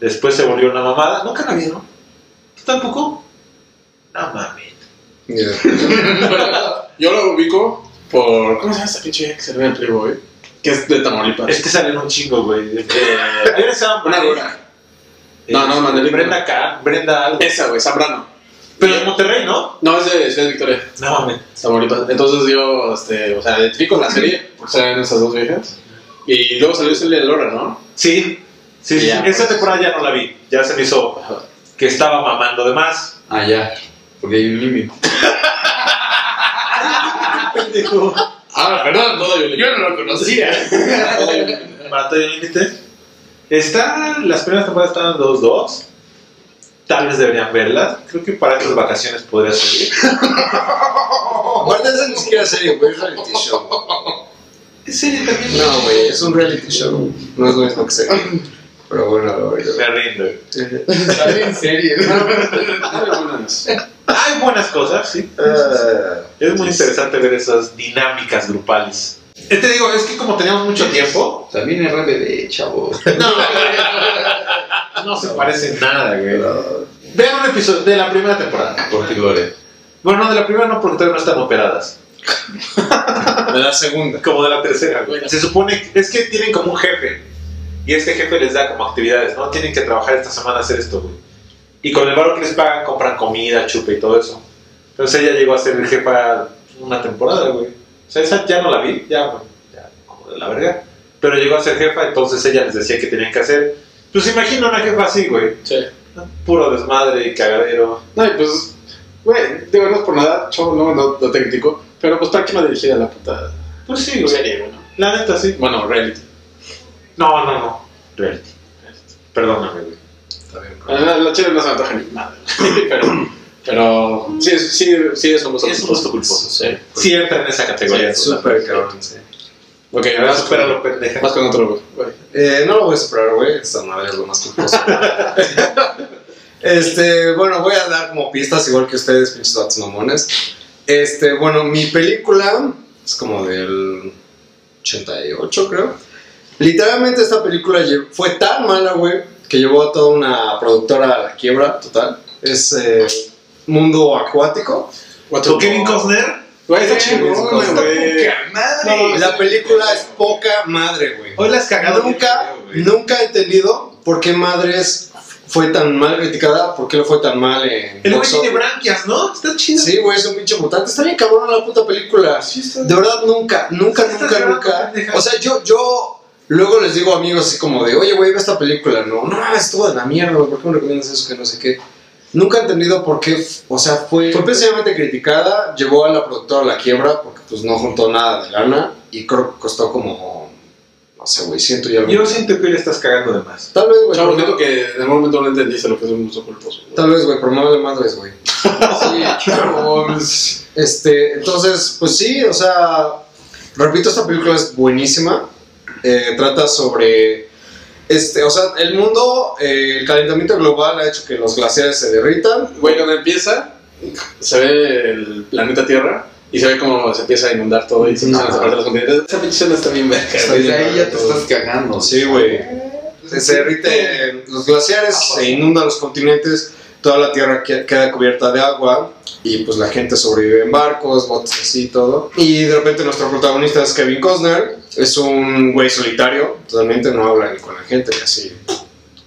Speaker 3: Después se volvió una mamada. Nunca la vieron. ¿Tú tampoco? No mames.
Speaker 2: Yeah.
Speaker 1: Yo lo ubico por. ¿Cómo se llama esa pinche vieja que se ve en Playboy? Que es de Tamaulipas.
Speaker 3: Es que salen un chingo, güey. Eh, Hay una que se llama
Speaker 1: Una
Speaker 3: Brenda.
Speaker 1: dura. No, no, Mandelita.
Speaker 3: Brenda K. Brenda algo.
Speaker 1: Esa, güey, Zambrano.
Speaker 3: Pero de Monterrey, ¿no?
Speaker 1: No, es de Ciudad Victoria.
Speaker 3: No mames.
Speaker 1: Tamaulipas. Entonces yo, este, o sea, identifico la serie, porque salen esas dos viejas. Y luego salió Celia de Lora, ¿no?
Speaker 3: Sí. Sí, sí.
Speaker 1: Ya,
Speaker 3: Esa
Speaker 1: pues.
Speaker 3: temporada ya no la vi. Ya se me hizo
Speaker 1: Ajá.
Speaker 3: que estaba mamando de más.
Speaker 4: Ah, ya. Porque hay un límite.
Speaker 3: Pendejo.
Speaker 1: Ah, perdón, todo yo
Speaker 5: Yo no lo conocía.
Speaker 3: Maratón de límite. Está. Las primeras temporadas están 2-2. Tal vez deberían verlas. Creo que para estas vacaciones podría salir.
Speaker 2: Aparte, esa ni siquiera es serie, güey, es reality show.
Speaker 3: Sí, también.
Speaker 2: No, güey, es un reality show. No es lo mismo que serie. Pero bueno, ahorita.
Speaker 3: Me rindo.
Speaker 4: Sale en serie.
Speaker 3: Hay buenas cosas, sí.
Speaker 2: Ah,
Speaker 3: Es muy interesante ver esas dinámicas grupales. Eh, Te digo, es que como teníamos mucho tiempo,
Speaker 4: También RBD, chavo.
Speaker 3: no se parece en nada, güey.
Speaker 2: pero-
Speaker 3: Vean un episodio de la primera temporada.
Speaker 4: Jorge Lore.
Speaker 3: Bueno, no, de la primera no, porque todavía no están operadas.
Speaker 2: De la segunda.
Speaker 3: Como de la tercera, güey. Se supone, es que tienen como un jefe. Y este jefe les da como actividades, ¿no? Tienen que trabajar esta semana a hacer esto, güey. Y con el valor que les pagan, compran comida, chupe y todo eso. Entonces ella llegó a ser jefa una temporada, güey. O sea, esa ya no la vi, ya, güey, ya como de la verga. Pero llegó a ser jefa, entonces ella les decía qué tenían que hacer. Pues imagina una jefa así, güey.
Speaker 1: Sí.
Speaker 3: Puro desmadre y cagadero.
Speaker 1: No, y pues, güey, digo, no es por nada, chavo, no, no, no te critico, pero pues para qué me dirigir a la puta
Speaker 3: Pues sí, güey.
Speaker 1: serie, bueno.
Speaker 3: La neta, sí.
Speaker 1: Bueno, reality.
Speaker 3: No, no, no. Reality. Perdóname, güey.
Speaker 2: Está bien, pero-
Speaker 1: Ah, La, la chile no se me antoja ni nada, pero, pero sí, es- sí, sí es un gusto
Speaker 3: Es un gusto culposo.
Speaker 1: Sí.
Speaker 3: Sí entra en esa categoría.
Speaker 2: Sí, Súper cabrón, sí.
Speaker 1: Ok,
Speaker 3: Ahora
Speaker 1: vas,
Speaker 3: supera
Speaker 1: con,
Speaker 3: lo pendeja.
Speaker 1: vas con otro, güey. güey.
Speaker 2: Eh, no lo voy a superar, güey. Esta madre es lo más culposo. este, bueno, voy a dar como pistas, igual que ustedes, pinches datos mamones. Este, bueno, mi película es como del 88, creo. Literalmente esta película lle- fue tan mala, güey, que llevó a toda una productora a la quiebra total. Es eh, Mundo Acuático.
Speaker 3: ¿Con Kevin Costner?
Speaker 1: Güey, está
Speaker 2: Eh,
Speaker 1: chingón,
Speaker 2: güey,
Speaker 1: güey.
Speaker 2: No, la película es poca madre, güey.
Speaker 3: Hoy las cagado.
Speaker 2: Nunca,
Speaker 3: bien, güey.
Speaker 2: nunca he entendido por qué Madres fue tan mal criticada, por qué lo fue tan mal en
Speaker 3: El güey
Speaker 2: box
Speaker 3: tiene
Speaker 2: office.
Speaker 3: branquias, ¿no? Está chido.
Speaker 2: Sí, güey, es un pinche mutante. Está bien cabrón la puta película. De verdad, nunca, nunca,
Speaker 3: Estás
Speaker 2: nunca,
Speaker 3: grabando
Speaker 2: nunca.
Speaker 3: pendejadas.
Speaker 2: O sea, yo, yo luego les digo a amigos así como de, oye, güey, ve esta película. No, no mames, estuvo de la mierda, güey, ¿por qué me recomiendas eso que no sé qué? Nunca he entendido por qué, f- o sea, fue, fue precisamente criticada, llevó a la productora a la quiebra porque pues no juntó nada de lana y creo que costó como, no sé, güey, ciento y algo.
Speaker 3: Yo siento que hoy le estás cagando de más.
Speaker 2: Tal vez, güey.
Speaker 1: Chavo,
Speaker 2: pero-
Speaker 1: siento que en algún momento no entendiste lo que es un gusto culposo. güey.
Speaker 2: Tal vez, güey, pero me vale madres, güey.
Speaker 1: Sí, chavo, pues,
Speaker 2: Este, entonces, pues sí, o sea, repito, esta película es buenísima. Eh, trata sobre, este, o sea, el mundo, eh, el calentamiento global ha hecho que los glaciares se derritan.
Speaker 1: Güey, cuando empieza, se ve el planeta Tierra y se ve cómo se empieza a inundar todo y se empiezan a
Speaker 2: Ajá.
Speaker 1: separar los continentes. Esa pinche escena está bien verga.
Speaker 2: Está
Speaker 1: güey.
Speaker 4: Desde ahí ya te estás cagando.
Speaker 2: Sí, güey. Se, se derriten los glaciares, se inundan los continentes, toda la tierra que- queda cubierta de agua y pues la gente sobrevive en barcos, botes así y todo. Y de repente nuestro protagonista es Kevin Costner, es un güey solitario, totalmente no habla ni con la gente, así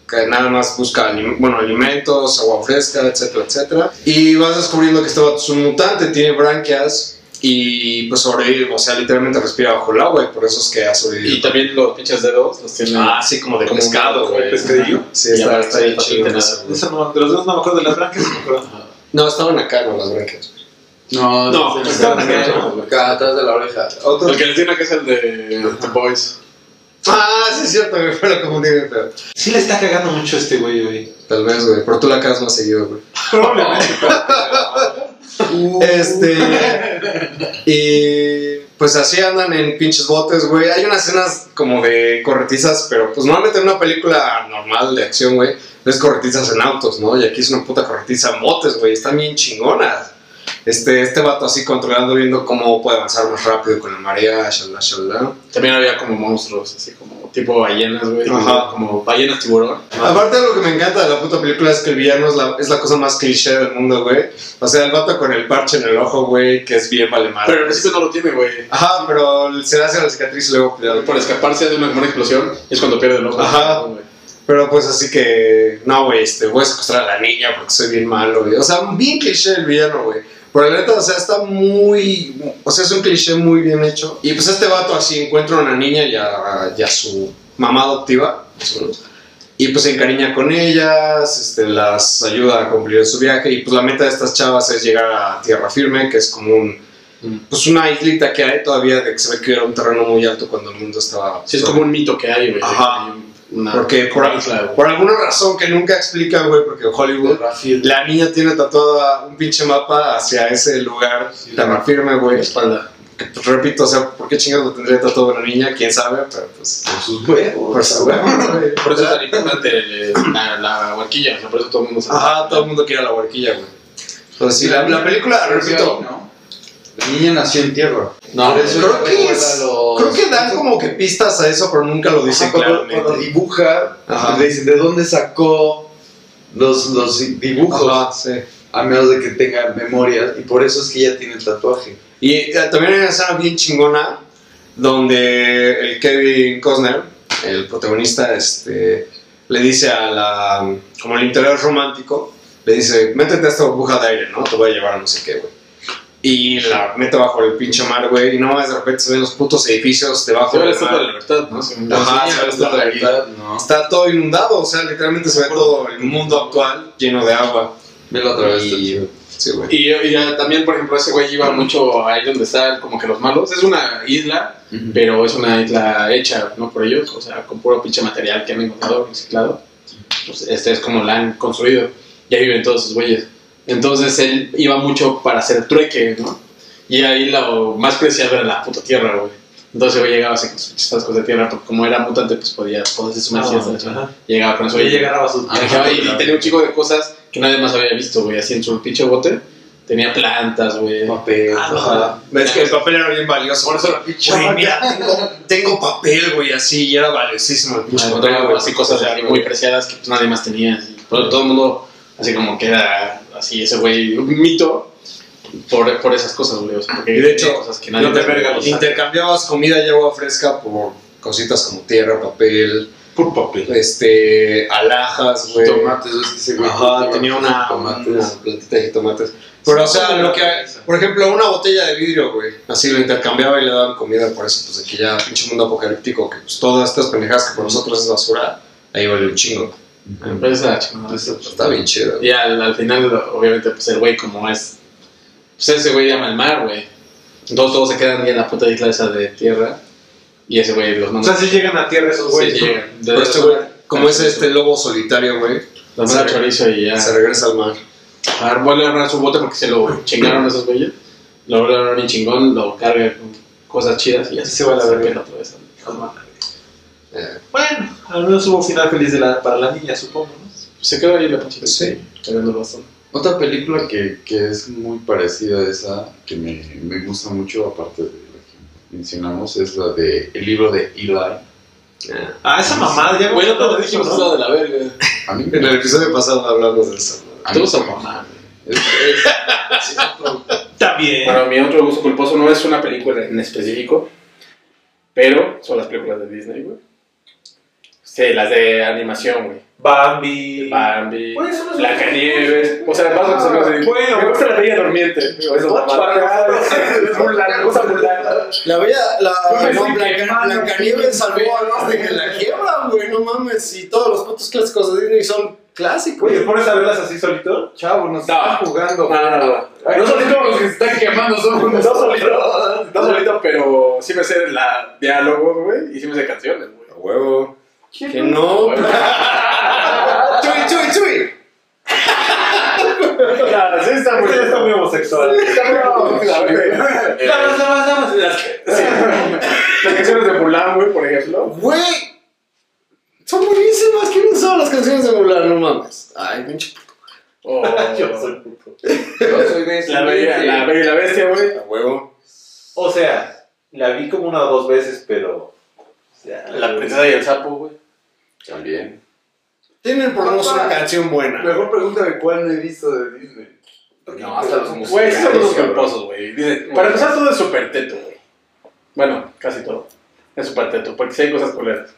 Speaker 2: que nada más busca alim- bueno, alimentos, agua fresca, etcétera, etcétera. Y vas descubriendo que este vato es un mutante, tiene branquias y pues sobrevive, o sea, literalmente respira bajo el agua y por eso es que ha sobrevivido.
Speaker 1: Y también los pinches dedos los tiene.
Speaker 2: Ah, sí, como de
Speaker 1: como
Speaker 2: pescado,
Speaker 1: un-
Speaker 2: güey.
Speaker 3: ¿Pescadillo?
Speaker 2: Sí,
Speaker 1: Y
Speaker 2: está,
Speaker 1: aparte
Speaker 2: está
Speaker 1: se
Speaker 2: bien
Speaker 1: ve
Speaker 2: chido
Speaker 1: patente
Speaker 2: eso,
Speaker 1: nada,
Speaker 2: güey.
Speaker 3: Esa no, de los dos no me acuerdo de las branquias, me acuerdo.
Speaker 2: No, estaban acá, no, las branquias.
Speaker 4: No,
Speaker 1: No,
Speaker 4: desde-
Speaker 1: está
Speaker 4: desde-
Speaker 1: bien.
Speaker 4: acá, atrás de la oreja.
Speaker 2: Otro-
Speaker 1: El que les tiene que es el de The Boys.
Speaker 2: Ah, sí, es cierto, güey, fue lo confundí, güey, pero-
Speaker 3: Sí le está cagando mucho este güey hoy.
Speaker 2: Tal vez, güey, pero tú la cagas más seguido, güey.
Speaker 3: Probablemente.
Speaker 2: Este. Y. Pues así andan en pinches botes, güey. Hay unas escenas como de corretizas, pero pues normalmente en una película normal de acción, güey, ves corretizas en autos, ¿no? Y aquí es una puta corretiza en botes, güey. Están bien chingonas. Este, este vato así controlando, viendo cómo puede avanzar más rápido con la marea, shalá, shalá.
Speaker 1: También había como monstruos, así como tipo ballenas, güey.
Speaker 2: Ajá.
Speaker 1: Como ballenas tiburón.
Speaker 2: Aparte, lo que me encanta de la puta película es que el villano es la, es la cosa más cliché del mundo, güey. O sea, el vato con el parche en el ojo, güey, que es bien vale mal.
Speaker 1: Pero en principio no lo tiene, güey.
Speaker 2: Ajá, pero se le hace la cicatriz y luego cuidado.
Speaker 1: Por escaparse de una, una explosión es cuando pierde el ojo.
Speaker 2: Ajá.
Speaker 1: güey.
Speaker 2: Pero pues así que, no, güey, este, voy a secuestrar a la niña porque soy bien malo, güey. O sea, bien cliché el villano, güey. Pero la neta, o sea, está muy. O sea, es un cliché muy bien hecho. Y pues este vato así encuentra a una niña y a, y a su mamá adoptiva, más o menos. Y pues se encariña con ellas, este, las ayuda a cumplir su viaje. Y pues la meta de estas chavas es llegar a tierra firme, que es como un.
Speaker 1: Mm.
Speaker 2: Pues una islita que hay todavía de que se ve que era un terreno muy alto cuando el mundo estaba.
Speaker 1: Sí, es como un mito que hay, güey. de
Speaker 2: Ajá.
Speaker 1: que hay Una,
Speaker 2: Porque por,
Speaker 1: una isla, güey.
Speaker 2: por alguna razón que nunca explica, güey, porque Hollywood, la niña tiene tatuada un pinche mapa hacia ese lugar tan firme,
Speaker 1: en la
Speaker 2: güey.
Speaker 1: espalda.
Speaker 2: Que, pues, repito, o sea, ¿por qué chingados lo tendría tatuado una niña? ¿Quién sabe? Pero pues...
Speaker 4: Por sus huevos.
Speaker 2: Por su Pues, güey.
Speaker 1: Por eso es tan importante el- la, la barquilla, o sea, por eso todo el mundo se
Speaker 2: Ajá, todo el mundo quiere la huarquilla, güey. Entonces, sí, la, la película, repito...
Speaker 4: ¿no? La niña nació en tierra.
Speaker 1: No,
Speaker 4: Por eso
Speaker 2: creo que
Speaker 4: recuerda
Speaker 2: es-
Speaker 4: los-
Speaker 2: Creo que dan como que pistas a eso, pero nunca lo dicen
Speaker 4: Ajá, cuando,
Speaker 2: claramente.
Speaker 4: cuando dibuja,
Speaker 2: Ajá.
Speaker 4: le dicen de dónde sacó los, los dibujos,
Speaker 2: Ajá, sí.
Speaker 4: a menos de que tenga memorias, y por eso es que ella tiene el tatuaje.
Speaker 2: Y eh, también hay una escena bien chingona donde el Kevin Costner, el protagonista, este, le dice a la. como el interior romántico, le dice: métete a esta burbuja de aire, ¿no? Te voy a llevar a no sé qué, güey. Y la mete bajo el pinche mar, güey, y nomás de repente se ven los putos edificios debajo
Speaker 1: Sobre
Speaker 2: del
Speaker 1: esto de la
Speaker 2: mar.
Speaker 1: libertad, ¿no? Sí,
Speaker 2: Ajá,
Speaker 1: sí,
Speaker 2: sobre esto de la libertad.
Speaker 4: ¿no?
Speaker 2: Está todo inundado, o sea, literalmente se ve todo el mundo actual lleno de agua.
Speaker 4: Velo otra vez.
Speaker 2: Y-
Speaker 4: tío.
Speaker 2: Sí, güey.
Speaker 1: Y, y, eh, también, por ejemplo, ese güey iba mucho ahí donde están como que los malos. Es una isla,
Speaker 4: Ujú.
Speaker 1: pero es una isla hecha, ¿no? Por ellos, o sea, con puro pinche material que han encontrado, reciclado. Pues, este es como la han construido. Y ahí viven todos sus güeyes. Entonces él iba mucho para hacer trueque, ¿no? Y ahí lo más preciado era la puta tierra, güey. Entonces, güey, llegaba a hacer sus pinches tascos de tierra, porque como era mutante, pues podía poderse sumergir hasta la chingada.
Speaker 3: Ah, Ajá.
Speaker 1: Llegaba con eso.
Speaker 3: Oye, llegaba a sus...
Speaker 1: Ajá, y, y tenía un chico de cosas que nadie más había visto, güey. Así en su pinche bote tenía plantas, güey.
Speaker 4: Papel.
Speaker 2: Ah,
Speaker 1: Ajá.
Speaker 2: Ves que el papel era bien valioso.
Speaker 4: Por eso la pinche
Speaker 2: Güey,
Speaker 4: vaca.
Speaker 2: mira, tengo, tengo papel, güey, así, y era valiosísimo el
Speaker 1: Pues
Speaker 2: pinche papel,
Speaker 1: Encontraba
Speaker 2: güey.
Speaker 1: así cosas así muy preciadas que pues, nadie más tenía. así. Pero todo el mundo, así como que era así, ese güey, un mito por, por esas cosas, güey. o sea, porque
Speaker 2: Y de
Speaker 1: tenía
Speaker 2: hecho,
Speaker 1: cosas que
Speaker 2: No te
Speaker 1: más
Speaker 2: verga,
Speaker 1: tenía.
Speaker 2: los Intercambiabas comida y agua fresca por cositas como tierra, papel,
Speaker 3: Por papel.
Speaker 2: este, alhajas, güey.
Speaker 4: Tomates, es que ese güey.
Speaker 2: Ajá, tenía una,
Speaker 4: Tomates.
Speaker 2: una plantita de tomates. Pero, o sea, lo que. Por ejemplo, una botella de vidrio, güey. Así lo intercambiaba y le daban comida, por eso, pues aquí ya, pinche mundo apocalíptico, que pues todas estas pendejadas que por nosotros es basura, ahí vale un chingo.
Speaker 1: Pero esa chingada.
Speaker 2: Está bien chido, güey.
Speaker 1: Y al, al final, obviamente, pues el güey, como es. Pues ese güey llama al mar, güey. Entonces todos se quedan ahí en la puta isla esa de tierra. Y ese güey los
Speaker 3: O
Speaker 1: manda.
Speaker 3: sea, si llegan a tierra esos güeyes.
Speaker 1: Sí,
Speaker 3: ¿no?
Speaker 1: llegan.
Speaker 2: Pero este güey, como es este lobo solitario, güey,
Speaker 1: La manda chorizo y ya.
Speaker 2: se regresa al mar.
Speaker 1: A ver, vuelve a armar su bote porque se lo chingaron esos güeyes. Lo vuelve a armar bien chingón, lo carga con cosas chidas y ya
Speaker 3: Se va a la verga.
Speaker 1: pela otra vez.
Speaker 2: Eh,
Speaker 3: Bueno, al menos hubo final feliz de la, para la niña, supongo, ¿no?
Speaker 1: Pues Se quedó ahí la pinche.
Speaker 2: Sí.
Speaker 1: Cargando el bastón.
Speaker 4: Otra película que, que es muy parecida a esa, que me, me gusta mucho, aparte de la que mencionamos, es la de El libro de Eli. A
Speaker 3: Ah, esa mamada, ya
Speaker 1: Güey,
Speaker 3: me
Speaker 1: no te
Speaker 3: acuerdo
Speaker 1: lo
Speaker 3: de
Speaker 1: dije,
Speaker 3: eso,
Speaker 1: pues
Speaker 3: ¿no?
Speaker 1: de la verga.
Speaker 4: mí me
Speaker 2: En el episodio pasado hablamos de eso. ¿no?
Speaker 4: a
Speaker 1: Te
Speaker 4: mí-
Speaker 1: gusta mamá.
Speaker 4: Es, eh, es- es otro-
Speaker 3: Está bien.
Speaker 5: Para mí otro gusto culposo no es una película en específico, pero son las películas de Disney, güey. Sí, las de animación, güey.
Speaker 3: Bambi.
Speaker 5: Bambi,
Speaker 3: Güey, eso no es-
Speaker 5: Blancanieves. O sea, más o menos. más o menos.
Speaker 3: Bueno,
Speaker 5: me gusta la bella durmiente. Eso es
Speaker 3: What?
Speaker 5: Mulan, me gusta Mulan.
Speaker 2: La bella, la
Speaker 5: Yo pensé
Speaker 2: no,
Speaker 5: que-
Speaker 2: Blanca, Blancanieves salvó a los de que la quiebran, güey, no mames, si todos los putos clásicos de Disney son clásicos.
Speaker 3: Güey, ¿te pones a verlas así solito?
Speaker 2: Chavo, nos
Speaker 5: No.
Speaker 2: están jugando.
Speaker 5: No, no, no, no. No solito los que se están quemando, son no solito. No solito, pero sí me sé la diálogos, güey, y sí me sé canciones, güey.
Speaker 2: A huevo. Que
Speaker 5: no?
Speaker 2: no.
Speaker 5: Bueno.
Speaker 2: Oh. Chuy, chuy, chuy.
Speaker 5: Claro, sí está muy
Speaker 3: Este ya está muy homosexual.
Speaker 5: Está muy- la verga. Eh,
Speaker 3: Nada más, nada más, nada más. Las que-
Speaker 5: sí. Las canciones de Mulan, güey, por ejemplo.
Speaker 2: Güey. Son buenísimas. ¿Quién no sabe las canciones de Mulan? No mames. Ay, pinche. Oh.
Speaker 5: O-
Speaker 3: Yo soy
Speaker 4: Yo soy de ese
Speaker 5: La bella,
Speaker 4: de-
Speaker 5: la bella y la bestia, güey.
Speaker 2: A huevo.
Speaker 3: O sea, la vi como una o dos veces, pero. o sea,
Speaker 5: princesa y el sapo, güey.
Speaker 4: También.
Speaker 2: Tienen por lo menos una canción buena.
Speaker 4: Mejor pregúntame cuál no he visto de Disney.
Speaker 5: No, hasta los musicales.
Speaker 4: Güey,
Speaker 5: Güey,
Speaker 4: sí
Speaker 5: son los culposos, güey. Dice, Para empezar, todo es súper teto, güey. Bueno, casi todo. Es súper teto, porque sí hay cosas culeras.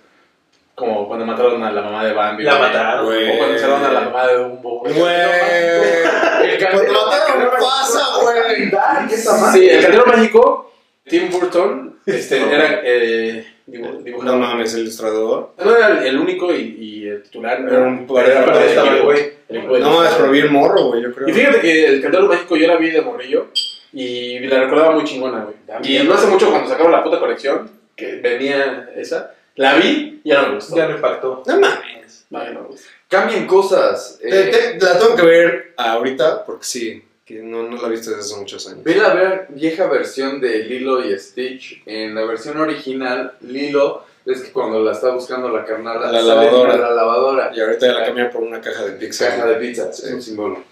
Speaker 5: Como cuando mataron a la mamá de Bambi.
Speaker 3: La
Speaker 5: güey.
Speaker 3: mataron.
Speaker 5: O cuando mataron a la mamá de Dumbo, güey.
Speaker 2: Güey.
Speaker 5: El
Speaker 2: Cuando
Speaker 5: cantero,
Speaker 2: mataron a Mufasa, güey.
Speaker 5: sí, el cantero mágico, Tim Burton, este,
Speaker 2: No.
Speaker 5: era eh, dibu-
Speaker 2: No
Speaker 5: dibujado.
Speaker 2: mames, el ilustrador.
Speaker 5: No era el- el único y, y el titular.
Speaker 2: Era un-
Speaker 5: Pero
Speaker 2: era-
Speaker 5: parte del
Speaker 2: estaba el
Speaker 5: equipo,
Speaker 3: güey.
Speaker 5: el equipo de
Speaker 2: No mames,
Speaker 5: dibujo.
Speaker 2: pero bien morro, güey, yo creo.
Speaker 5: Y fíjate que el Cantador Mágico yo la vi de morrillo y la recordaba muy chingona, güey. Y no hace mucho cuando sacaron la puta colección, que venía esa, la vi y ya no me gustó.
Speaker 3: Ya me impactó.
Speaker 2: No mames.
Speaker 5: No, ya no me gustó.
Speaker 4: Cambien cosas.
Speaker 2: Te-
Speaker 4: eh,
Speaker 2: te- la tengo que ver ahorita porque sí. que no, no la he visto desde hace muchos años.
Speaker 4: Ve la ver- vieja versión de Lilo y Stitch. En la versión original, Lilo es que cuando la está buscando la carnada,
Speaker 2: La
Speaker 4: sale
Speaker 2: lavadora.
Speaker 4: de la lavadora.
Speaker 2: Y ahorita ya la cambian por una caja de pizza.
Speaker 4: Caja de pizza,
Speaker 2: Sí.
Speaker 4: es un símbolo.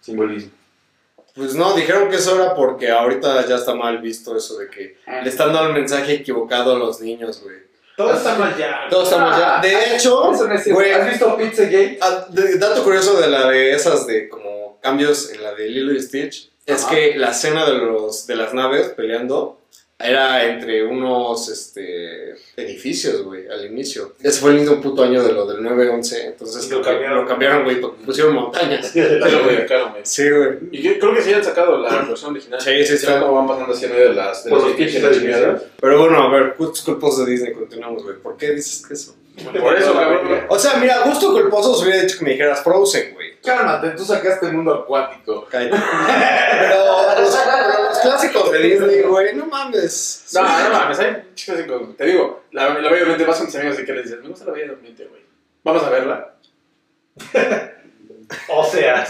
Speaker 4: Simbolismo.
Speaker 2: Pues no, dijeron que es hora porque ahorita ya está mal visto eso de que
Speaker 4: Ah.
Speaker 2: le están dando el mensaje equivocado a los niños, güey.
Speaker 3: Todo está mal ya.
Speaker 2: Todos estamos ya. De hecho,
Speaker 4: Ah. Eso no es cierto.
Speaker 2: güey,
Speaker 4: ¿Has visto Pizzagate?
Speaker 2: ah, de- dato curioso de la de esas de como cambios en la de Lilo y Stitch es
Speaker 4: Ajá.
Speaker 2: que la escena de los de las naves peleando era entre unos este, edificios, güey, al inicio. Ese fue el mismo puto año de lo del 9-11, entonces
Speaker 3: Lo cambiaron.
Speaker 2: lo cambiaron, güey, porque pusieron montañas.
Speaker 1: Te lo dedicaron, güey.
Speaker 2: Sí, güey.
Speaker 1: Y yo creo que sí han sacado la versión original.
Speaker 2: Sí, sí, sí.
Speaker 1: Ya como van pasando así en medio de las... De
Speaker 3: Por
Speaker 1: las
Speaker 3: los pinches
Speaker 1: edificios,
Speaker 3: edificios.
Speaker 2: Pero bueno, a ver, gustos culposos de Disney, continuamos, güey. ¿Por qué dices que eso?
Speaker 1: chingadas. Por eso, cabrón.
Speaker 2: O sea, mira, gusto culposos hubiera dicho que me dijeras Frozen, güey.
Speaker 4: Cálmate, tú sacaste el mundo acuático.
Speaker 2: Cállate. Pero los, pero los clásicos de Disney, güey, no mames.
Speaker 1: No, no mames, hay chicos y cosas. Te digo, la, la Bella Durmiente, vas con tus amigos y que les dices, me gusta la Bella Durmiente, güey. Vamos a verla.
Speaker 3: O sea,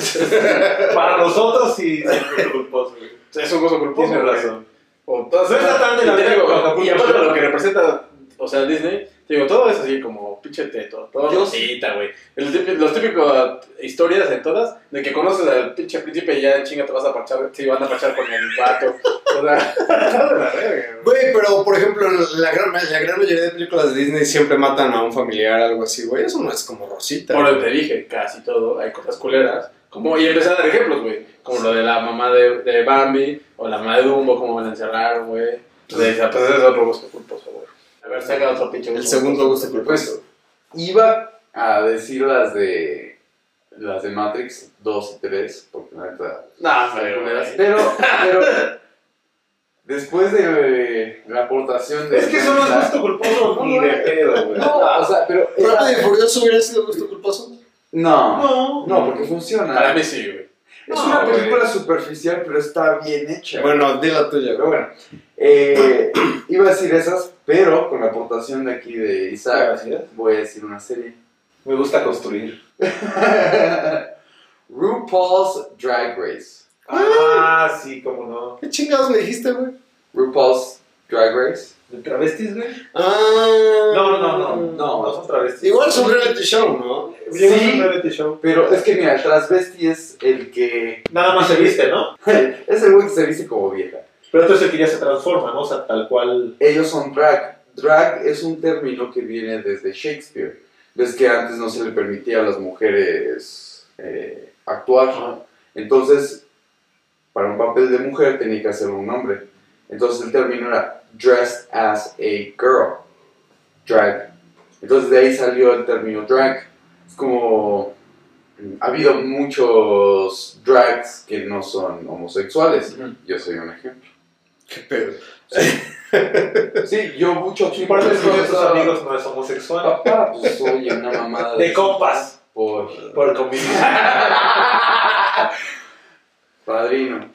Speaker 3: para nosotros sí es culposo. güey.
Speaker 1: Es un gozo culposo.
Speaker 3: Tienes
Speaker 1: güey.
Speaker 3: razón.
Speaker 1: O todas
Speaker 3: No está tan de la
Speaker 1: y, te
Speaker 3: verga
Speaker 1: digo,
Speaker 3: como Acapulco.
Speaker 1: y aparte de lo que representa, o sea, Disney, te digo, todo es así como pinche teto, todo
Speaker 2: Yo
Speaker 1: rosita, güey. El típico- Los típicos historias en todas, de que conoces al pinche príncipe y ya en chinga te vas a parchar, sí, van a parchar con el vato. O sea, está de la verga, güey.
Speaker 2: Güey, pero por ejemplo, la gran, la gran mayoría de películas de Disney siempre matan a un familiar, algo así, güey. Eso no es como Rosita.
Speaker 1: Por lo que te dije, casi todo, hay cosas culeras. Como, y empecé a dar ejemplos, güey. Como lo de la mamá de, de Bambi, o la mamá de Dumbo, como la encerraron, güey. Entonces, pues ese es otro gusto culposo, güey. A ver, saca otro pinche
Speaker 2: El
Speaker 1: gusto
Speaker 2: segundo
Speaker 1: culposo.
Speaker 2: gusto culposo.
Speaker 4: Iba a decir las de. Las de Matrix 2 y 3, porque la neta.
Speaker 1: Nah, pero, güey.
Speaker 4: Pero, pero. Después de eh, la aportación de.
Speaker 3: Es que eso no es gusto culposo, no,
Speaker 4: Ni de
Speaker 3: no,
Speaker 4: pedo, güey. No, o sea, pero.
Speaker 2: ¿Rápido y Furioso hubiera sido gusto culposo?
Speaker 4: No,
Speaker 3: No.
Speaker 4: no, porque funciona.
Speaker 1: Para mí sí, güey.
Speaker 4: Es
Speaker 3: No,
Speaker 4: una
Speaker 3: güey.
Speaker 4: película superficial, pero está bien hecha.
Speaker 2: Bueno, di la tuya,
Speaker 4: Pero
Speaker 2: güey.
Speaker 4: bueno, eh, iba a decir esas, pero con la aportación de aquí de Isaac, voy a decir una serie.
Speaker 3: Me gusta construir.
Speaker 4: RuPaul's Drag Race.
Speaker 3: Ah, sí, cómo no.
Speaker 2: ¿Qué chingados me dijiste, güey?
Speaker 4: RuPaul's Drag Race.
Speaker 3: ¿De travestis, güey?
Speaker 2: Ah.
Speaker 3: No, no, no, no, no son travestis.
Speaker 2: Igual es un reality show, ¿no?
Speaker 3: Llegó
Speaker 4: Sí.
Speaker 3: un reality show.
Speaker 4: Pero es que mira, el transvesti es el que.
Speaker 3: Nada más se viste, ¿no?
Speaker 4: es el güey que se viste como vieja.
Speaker 3: Pero entonces el que ya se transforma, ¿no? O sea, tal cual.
Speaker 4: ellos son drag. Drag es un término que viene desde Shakespeare. Ves que antes no se le permitía a las mujeres eh, actuar. Entonces, para un papel de mujer tenía que hacer un hombre. Entonces el término era dressed as a girl. Drag. Entonces de ahí salió el término drag. Es como... mm, Ha habido muchos drags que no son homosexuales.
Speaker 1: Ujú.
Speaker 4: Yo soy un ejemplo.
Speaker 2: Qué pedo.
Speaker 4: Sí, yo mucho
Speaker 3: Y
Speaker 4: tiempo.
Speaker 3: parte de
Speaker 4: yo
Speaker 3: tus
Speaker 4: estaba-
Speaker 3: amigos no es homosexual.
Speaker 4: Papá, pues soy una mamada.
Speaker 3: De compas.
Speaker 4: Por.
Speaker 3: Por convivir.
Speaker 4: Padrino.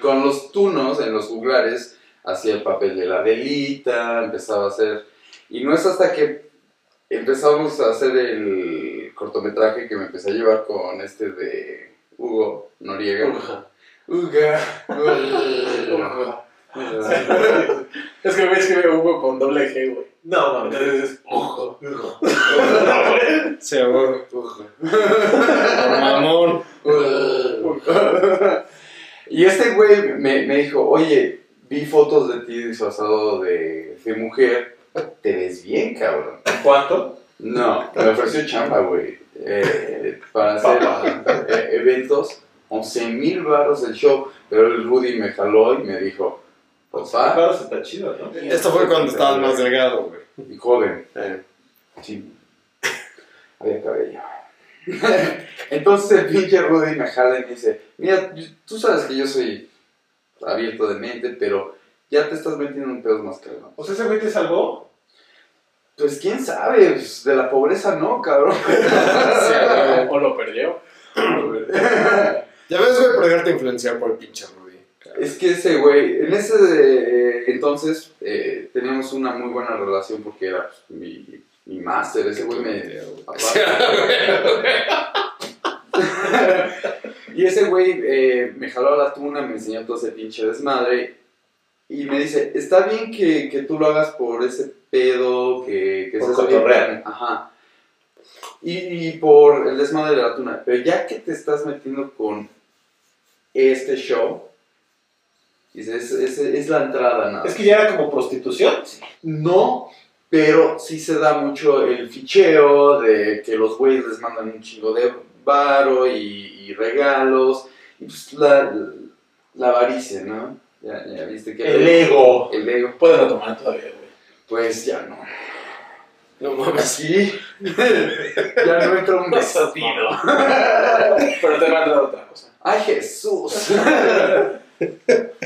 Speaker 4: Con los tunos en los juglares hacía el papel de la delita, empezaba a hacer. Y no es hasta que empezamos a hacer el cortometraje que me empecé a llevar con este de Hugo Noriega. Uga. Uga.
Speaker 1: Es que me escribe Hugo con doble G, güey.
Speaker 3: No, mames.
Speaker 1: Entonces es ojo.
Speaker 2: Se güey.
Speaker 4: Uga.
Speaker 2: Mamón.
Speaker 4: y este güey me, me dijo, oye, vi fotos de ti disfrazado de, de mujer, te ves bien, cabrón.
Speaker 3: ¿Cuánto?
Speaker 4: No, me ofreció chamba, güey, eh, para hacer eh, eventos, 11 mil baros el show, pero el Rudy me jaló y me dijo, papá,
Speaker 3: Claro, eso está chido, ¿no?
Speaker 2: Esto fue cuando estabas más delgado, güey.
Speaker 4: y joven,
Speaker 2: Eh.
Speaker 4: sí, había cabello. Entonces el pinche Rudy me jala y me dice, mira, yo- tú sabes que yo soy abierto de mente, pero ya te estás metiendo en pedos más cabrón.
Speaker 3: O sea, ese güey te salvó.
Speaker 4: Pues quién sabe, pues, de la pobreza no, cabrón.
Speaker 1: O lo perdió.
Speaker 2: Ya ves, güey, por dejarte influenciar por el pinche Rudy.
Speaker 4: Es que ese güey, en ese eh, entonces eh, teníamos una muy buena relación porque era pues, mi, mi máster, ese güey me...
Speaker 2: Qué
Speaker 4: aparte- y ese güey eh, me jaló a la tuna, me enseñó todo ese pinche desmadre. Y me dice, está bien que, que tú lo hagas por ese pedo, que, que
Speaker 1: Por
Speaker 4: seas bien
Speaker 1: cotorreo.
Speaker 4: carne". Ajá. Y, y por el desmadre de la tuna. Pero ya que te estás metiendo con este show, dice, es, es- es la entrada nada.
Speaker 3: Es que ya era como prostitución.
Speaker 4: No, pero sí se da mucho el ficheo de que los güeyes les mandan un chingo de varo y, y regalos. Y pues la, la avaricia, ¿no? Ya, ya viste que...
Speaker 3: El ego.
Speaker 4: El ego.
Speaker 1: Puedes retomar todavía, güey.
Speaker 4: Pues ya no.
Speaker 1: No mames.
Speaker 4: Así. ya no entra un vestido.
Speaker 1: Pero te van a dar otra cosa.
Speaker 4: ¡Ay, Jesús!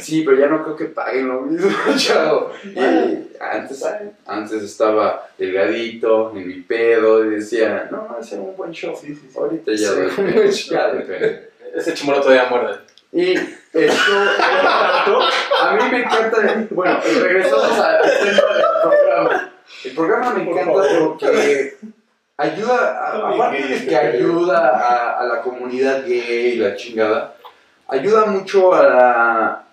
Speaker 4: sí, pero ya no creo que paguen lo mismo, chavo. Y antes, antes estaba delgadito, en mi pedo, y decía, no, no, ese era un buen show. Ahorita ya doy pena, ya doy pena.
Speaker 1: Ese chimolo todavía muerde.
Speaker 4: Y el show era tanto, a mí me encanta, bueno, y regresamos a- al centro del programa. El programa me encanta porque ayuda, a- aparte de que ayuda a, a la comunidad gay y la chingada, ayuda mucho a la,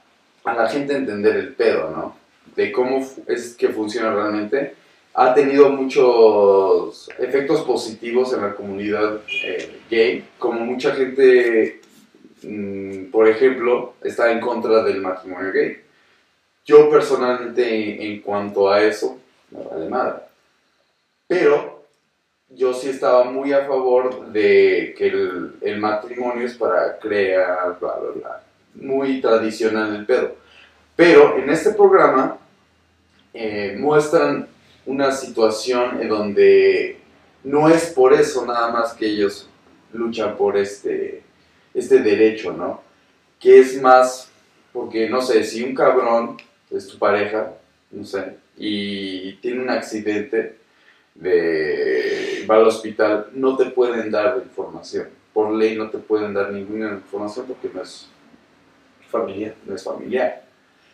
Speaker 4: a la gente a entender el pedo, ¿no? De cómo fu- es que funciona realmente. Ha tenido muchos efectos positivos en la comunidad eh, gay, como mucha gente, mm, por ejemplo, está en contra del matrimonio gay. Yo personalmente, en, en cuanto a eso, me vale madre. Pero yo sí estaba muy a favor de que el, el matrimonio es para crear, bla, bla, bla. Muy tradicional el pedo. Pero en este programa eh, muestran una situación en donde no es por eso nada más que ellos luchan por este, este derecho, ¿no? Que es más, porque no sé, si un cabrón es tu pareja, no sé, y tiene un accidente, de va al hospital, no te pueden dar información. Por ley no te pueden dar ninguna información porque no es familiar. No es familiar.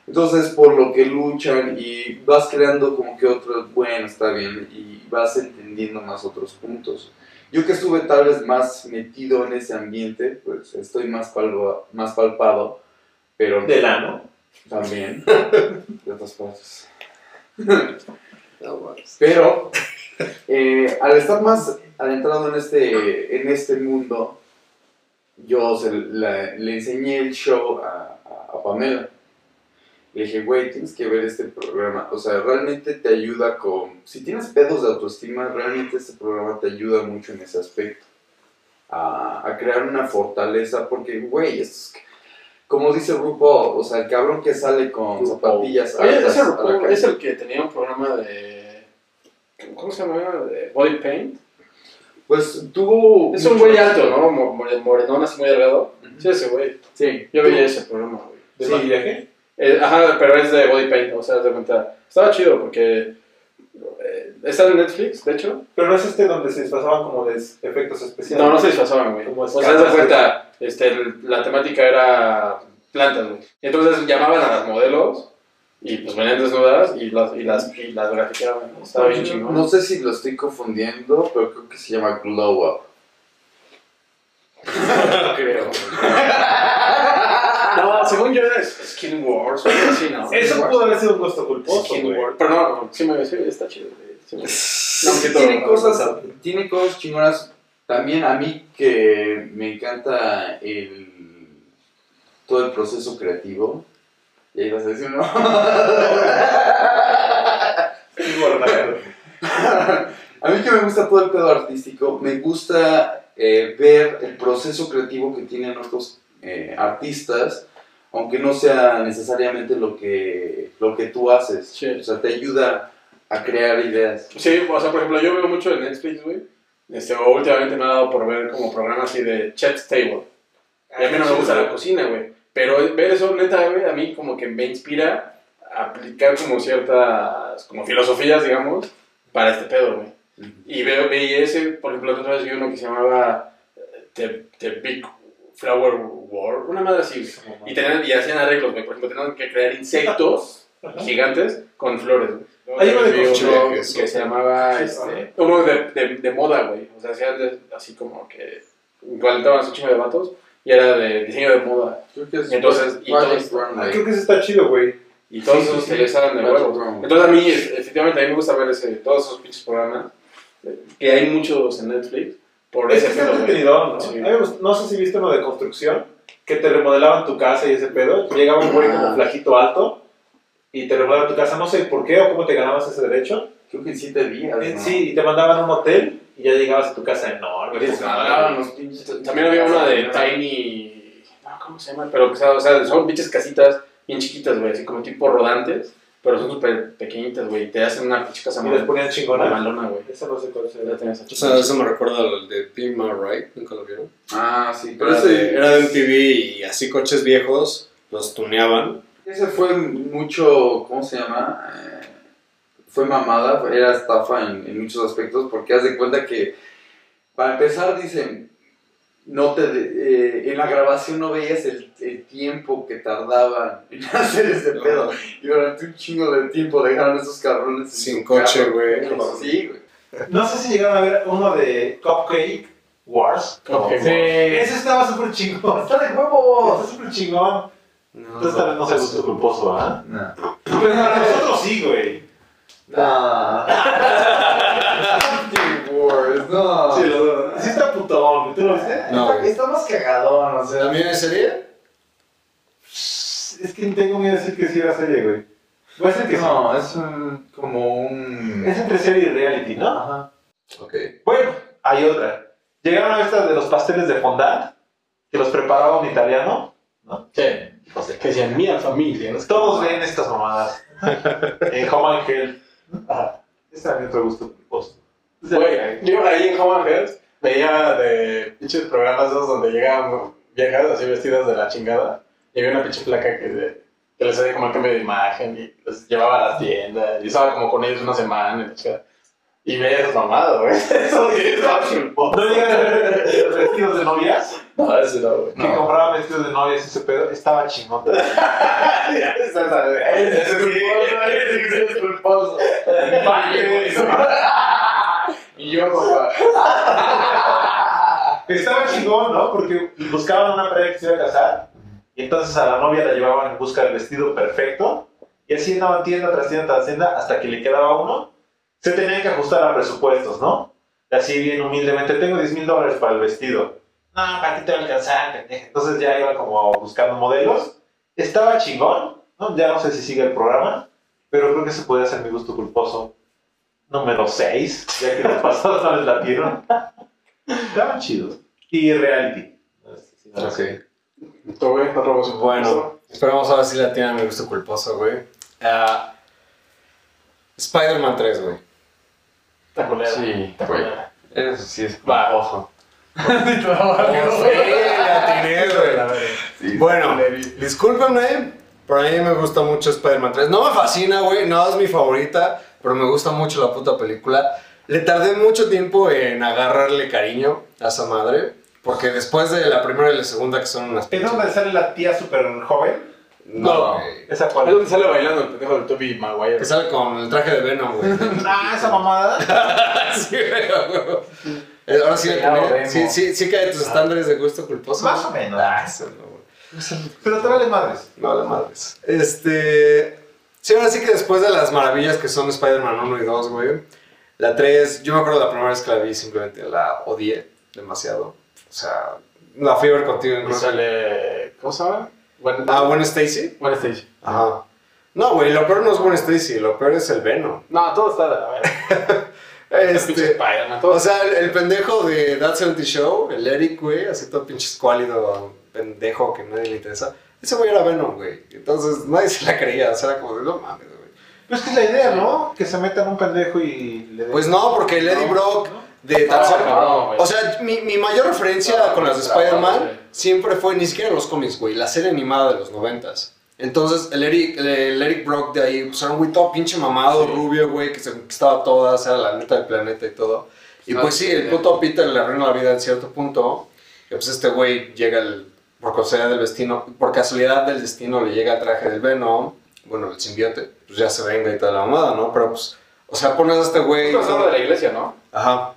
Speaker 4: Entonces, por lo que luchan y vas creando como que otro, bueno, está bien, y vas entendiendo más otros puntos. Yo que estuve tal vez más metido en ese ambiente, pues estoy más, palva- más palpado, pero
Speaker 3: Del ano.
Speaker 4: también de otras partes. Pero eh, al estar más adentrado en este, en este mundo, yo se la- le enseñé el show a, a- a Pamela. Le dije, güey, tienes que ver este programa. O sea, realmente te ayuda con... Si tienes pedos de autoestima, realmente este programa te ayuda mucho en ese aspecto. A, a crear una fortaleza, porque, güey, estos como dice RuPaul, o sea, el cabrón que sale con zapatillas
Speaker 1: Oye,
Speaker 4: altas
Speaker 1: ese
Speaker 4: a la
Speaker 1: RuPaul
Speaker 4: calle.
Speaker 1: es el que tenía un programa de. ¿Cómo se llama? De body paint.
Speaker 4: Pues tuvo...
Speaker 1: Es un güey alto, ¿no? Mo- more- Morenón, así muy delgado. Sí, ese güey.
Speaker 4: Sí.
Speaker 1: Yo veía ese programa, güey.
Speaker 3: ¿De maquillaje?
Speaker 1: Eh, ajá, pero es de body paint, o sea, haz de cuenta. Estaba chido porque. eh, está en Netflix, de hecho.
Speaker 3: Pero no es este donde se disfrazaban como de efectos especiales.
Speaker 1: No, no se disfrazaban, güey.
Speaker 3: Como
Speaker 1: O sea, haz de cuenta, este, el- la temática era plantas, güey. Entonces llamaban a las modelos y pues venían desnudas y las, y las, y las grafiqueaban. ¿no? Estaba bien chingón.
Speaker 4: No sé si lo estoy confundiendo, pero creo que se llama Glow Up. creo.
Speaker 1: No, según yo era Skin Wars, o algo así, ¿no?
Speaker 3: Eso pudo haber sido un gusto culposo,
Speaker 1: Skin
Speaker 3: güey.
Speaker 1: Wars. Pero no, sí me sí, está chido, güey. Sí me- No, que todo,
Speaker 4: tiene
Speaker 1: no,
Speaker 4: cosas,
Speaker 1: no,
Speaker 4: tiene cosas chingonas. También a mí que me encanta el todo el proceso creativo. Y ahí vas a decir, no.
Speaker 3: Sí, guardado.
Speaker 4: A mí que me gusta todo el pedo artístico, me gusta eh, ver el proceso creativo que tienen otros eh, artistas, aunque no sea necesariamente lo que, lo que tú haces.
Speaker 1: Sí.
Speaker 4: O sea, te ayuda a crear ideas.
Speaker 1: Sí, o sea, por ejemplo, yo veo mucho en Netflix, güey. Este, o últimamente me ha dado por ver como programas así de Chef's Table. Y a mí no me gusta la cocina, güey. Pero ver eso, neta, güey, a mí como que me inspira a aplicar como ciertas, como filosofías, digamos, para este pedo, güey. Y veo, veía ese, por ejemplo, la otra vez vi uno que se llamaba eh, The, The Big Flower War, una madre así, güey. Y, tenían, y hacían arreglos, güey. Por ejemplo, tenían que crear insectos gigantes con flores, güey.
Speaker 3: Hay uno de
Speaker 1: Vi
Speaker 2: cochinaje,
Speaker 1: que
Speaker 2: eso.
Speaker 1: se llamaba,
Speaker 3: Sí,
Speaker 5: Este,
Speaker 1: este, uno de, de, de moda, güey. O sea, hacían de- así como que
Speaker 5: calentaban a su chingo de vatos y era de diseño de moda.
Speaker 4: Creo que es.
Speaker 5: Entonces, y
Speaker 4: Project
Speaker 5: todos-
Speaker 3: Ah,
Speaker 4: Runway.
Speaker 3: Creo que eso está chido, güey.
Speaker 5: Y todos
Speaker 4: Sí, sí,
Speaker 5: esos
Speaker 4: sí.
Speaker 5: que les salen de
Speaker 4: Claro,
Speaker 5: huevos.
Speaker 4: claro.
Speaker 5: Entonces, a mí, es- efectivamente, a mí me gusta ver ese, todos esos pinches programas eh, que hay muchos en Netflix por
Speaker 3: Es
Speaker 5: ese
Speaker 3: que está
Speaker 5: pedo, güey.
Speaker 3: entretenido, ¿no?
Speaker 5: Sí.
Speaker 3: A mí me gustó- No sé si viste uno de construcción, que te remodelaban tu casa y ese pedo. Llegaba un güey como flajito alto y te remodelaban tu casa. No sé por qué o cómo te ganabas ese derecho.
Speaker 4: Creo que en 7 días.
Speaker 3: Eh,
Speaker 4: ¿no?
Speaker 3: Sí, y te mandaban a un hotel y ya llegabas a tu casa enorme.
Speaker 5: Pues,
Speaker 4: ah.
Speaker 3: esa
Speaker 5: hablaban
Speaker 3: madre.
Speaker 5: los pinches- También había una de Tiny. No, ¿cómo se llama? Pero, o sea, o sea, son pinches casitas bien chiquitas, güey, así como tipo rodantes, pero son súper pequeñitas, güey, y te hacen una pinche casa
Speaker 3: Y les
Speaker 5: mal-
Speaker 3: ponían chingona.
Speaker 5: malona, güey.
Speaker 3: Esa no sé cuál
Speaker 5: Ya
Speaker 3: será.
Speaker 5: tenías esa
Speaker 2: O sea,
Speaker 5: chica.
Speaker 2: eso me recuerda al de Pima Right, nunca lo vieron.
Speaker 4: Ah, sí, pero
Speaker 2: Era de,
Speaker 4: ese.
Speaker 2: era de MTV y así coches viejos los tuneaban.
Speaker 4: Ese fue mucho, ¿cómo se llama? Eh, fue mamada, era estafa en, en muchos aspectos, porque haz de cuenta que, para empezar, dicen, no te de- eh, en la grabación no veías el, el tiempo que tardaban en hacer ese pedo, y durante un chingo de tiempo dejaron esos cabrones en
Speaker 2: Sin
Speaker 4: su
Speaker 2: coche,
Speaker 4: carro.
Speaker 2: güey.
Speaker 4: Sí, güey.
Speaker 3: No sé si llegaron a ver uno de Cupcake Wars.
Speaker 5: Ok.
Speaker 3: Ese estaba súper chingón. Está de huevos. Está súper chingón. Entonces tal vez no sea gusto culposo, ¿ah?
Speaker 4: No.
Speaker 3: Pero para nosotros sí, güey.
Speaker 4: Fucking wars, no.
Speaker 6: Ah.
Speaker 3: Sí, lo- sí está putón. ¿Tú lo viste?
Speaker 2: No,
Speaker 6: está,
Speaker 2: güey.
Speaker 6: está más cagadón, o sea.
Speaker 2: ¿También en serie?
Speaker 3: Es que tengo miedo de decir que sí era serie, güey. Voy a decir que sí.
Speaker 6: No, es un, como un.
Speaker 3: Es entre serie y reality, ¿no?
Speaker 6: Ajá.
Speaker 2: Ok.
Speaker 3: Bueno, hay otra. Llegaron a estas de los pasteles de fondant, que los preparaba un italiano.
Speaker 1: Que sea mi familia.
Speaker 3: Todos ven estas mamadas. en Home and Hell. Ajá. Es también otro gusto culposo.
Speaker 1: Güey, yo ahí en Home and Health veía de pinches programas esos donde llegaban viejas así vestidas de la chingada y había una pinche placa que, de- que les hacía como el cambio de imagen y los llevaba a las tiendas y estaba como con ellos una semana y la chingada. Y veía esas mamadas, güey. Eso sí es fácil.
Speaker 3: ¿No llegan a ver los vestidos de novias?
Speaker 1: No, eso no, güey.
Speaker 3: Que compraban vestidos de novias y ese pedo. Estaba chingón.
Speaker 1: Eso es culposo, eso es culposo. Y yo, papá.
Speaker 3: Estaba chingón, ¿no? Porque buscaban una pareja que se iba a casar. Y entonces a la novia la llevaban en busca del vestido perfecto. Y así andaban tienda tras tienda tras tienda hasta que le quedaba uno. Se tenían que ajustar a presupuestos, ¿no? Y así bien humildemente, tengo 10 mil dólares para el vestido. No, ¿para qué te va a alcanzar? pendeja? Entonces ya iba como buscando modelos. Estaba chingón, ¿no? Ya no sé si sigue el programa. Pero creo que se podía hacer mi gusto culposo. Número 6, ya que lo pasó otra vez la tierra. Estaban chidos y reality.
Speaker 2: Ah,
Speaker 4: Ok.
Speaker 1: Tú, güey, no robas.
Speaker 2: Bueno, esperamos a ver si la tiene mi gusto culposo, güey. Ah, Spider-Man 3, güey.
Speaker 1: Está culera,
Speaker 4: Sí,
Speaker 1: está
Speaker 4: güey.
Speaker 1: culera.
Speaker 4: Eso sí es
Speaker 1: Va.
Speaker 2: Sí, la tiene, güey.
Speaker 4: Sí,
Speaker 2: Bueno, discúlpenme, pero a mí me gusta mucho Spider-Man 3. No me fascina, güey, no es mi favorita, pero me gusta mucho la puta película. Le tardé mucho tiempo en agarrarle cariño a esa madre, porque después de la primera y la segunda que son unas
Speaker 3: ¿Es donde sale la tía super joven?
Speaker 2: No,
Speaker 1: No.
Speaker 2: güey.
Speaker 3: ¿Esa
Speaker 1: Es
Speaker 3: cuál?
Speaker 1: donde sale bailando el pendejo del Toby Maguire.
Speaker 2: Que sale con el traje de Venom, güey.
Speaker 3: Ah, esa mamada.
Speaker 2: Sí, güey. Eh, Ahora sí,
Speaker 6: Ya lo vemos.
Speaker 2: sí, sí, sí cae tus estándares de gusto culposo.
Speaker 3: Más
Speaker 2: ¿no?
Speaker 3: o menos.
Speaker 2: Ah, eso no, güey.
Speaker 3: Pero te vale madres.
Speaker 2: No, la madres. Este. Sí, ahora sí que después de las maravillas que son Spider-Man 1 y 2, güey. La 3, yo me acuerdo la primera vez que la vi, simplemente la odié demasiado. O sea, la fui a ver contigo
Speaker 1: Y
Speaker 2: incluso.
Speaker 1: sale. ¿Cómo se llama? Bueno,
Speaker 2: Ah, Gwen Stacy.
Speaker 1: Buena stage.
Speaker 2: Ajá. No, güey, lo peor no es Gwen Stacy, lo peor es el Venom.
Speaker 1: No, todo está de la verga. Pinche
Speaker 2: Este.
Speaker 1: Spider-Man, todo.
Speaker 2: O sea, el, el pendejo de That 70 Show, el Eric, güey, así todo pinche escuálido, pendejo que nadie le interesa. Ese güey era Venom, güey. Entonces nadie se la creía, o sea, era como de no mames, güey.
Speaker 3: Pues que es la idea, ¿no? Que se metan un pendejo y le den.
Speaker 2: Pues no, porque el Eddie Brock de
Speaker 1: Estaba
Speaker 2: Tarzan.
Speaker 1: Ah, cabrón, güey. Ah,
Speaker 2: o sea, mi, mi mayor referencia
Speaker 1: Estaba
Speaker 2: con las de
Speaker 1: cabrón,
Speaker 2: Spider-Man
Speaker 1: güey.
Speaker 2: siempre fue ni siquiera los cómics, güey, la serie animada de los noventas. Entonces, el Eric, el Eric Brock de ahí, pues era un güey todo pinche mamado, rubio, güey, que se conquistaba todas, era la neta del planeta y todo. Y
Speaker 4: Ah,
Speaker 2: pues sí,
Speaker 4: sí,
Speaker 2: el
Speaker 4: ya.
Speaker 2: puto Peter le arruina la vida en cierto punto. Que pues este güey llega el, por casualidad del destino, por casualidad del destino le llega el traje del Venom, bueno, el simbiote, pues ya se venga y toda la mamada, ¿no? Pero pues, o sea, pones a este güey.
Speaker 1: Esto es algo de la iglesia, ¿no?
Speaker 2: Ajá.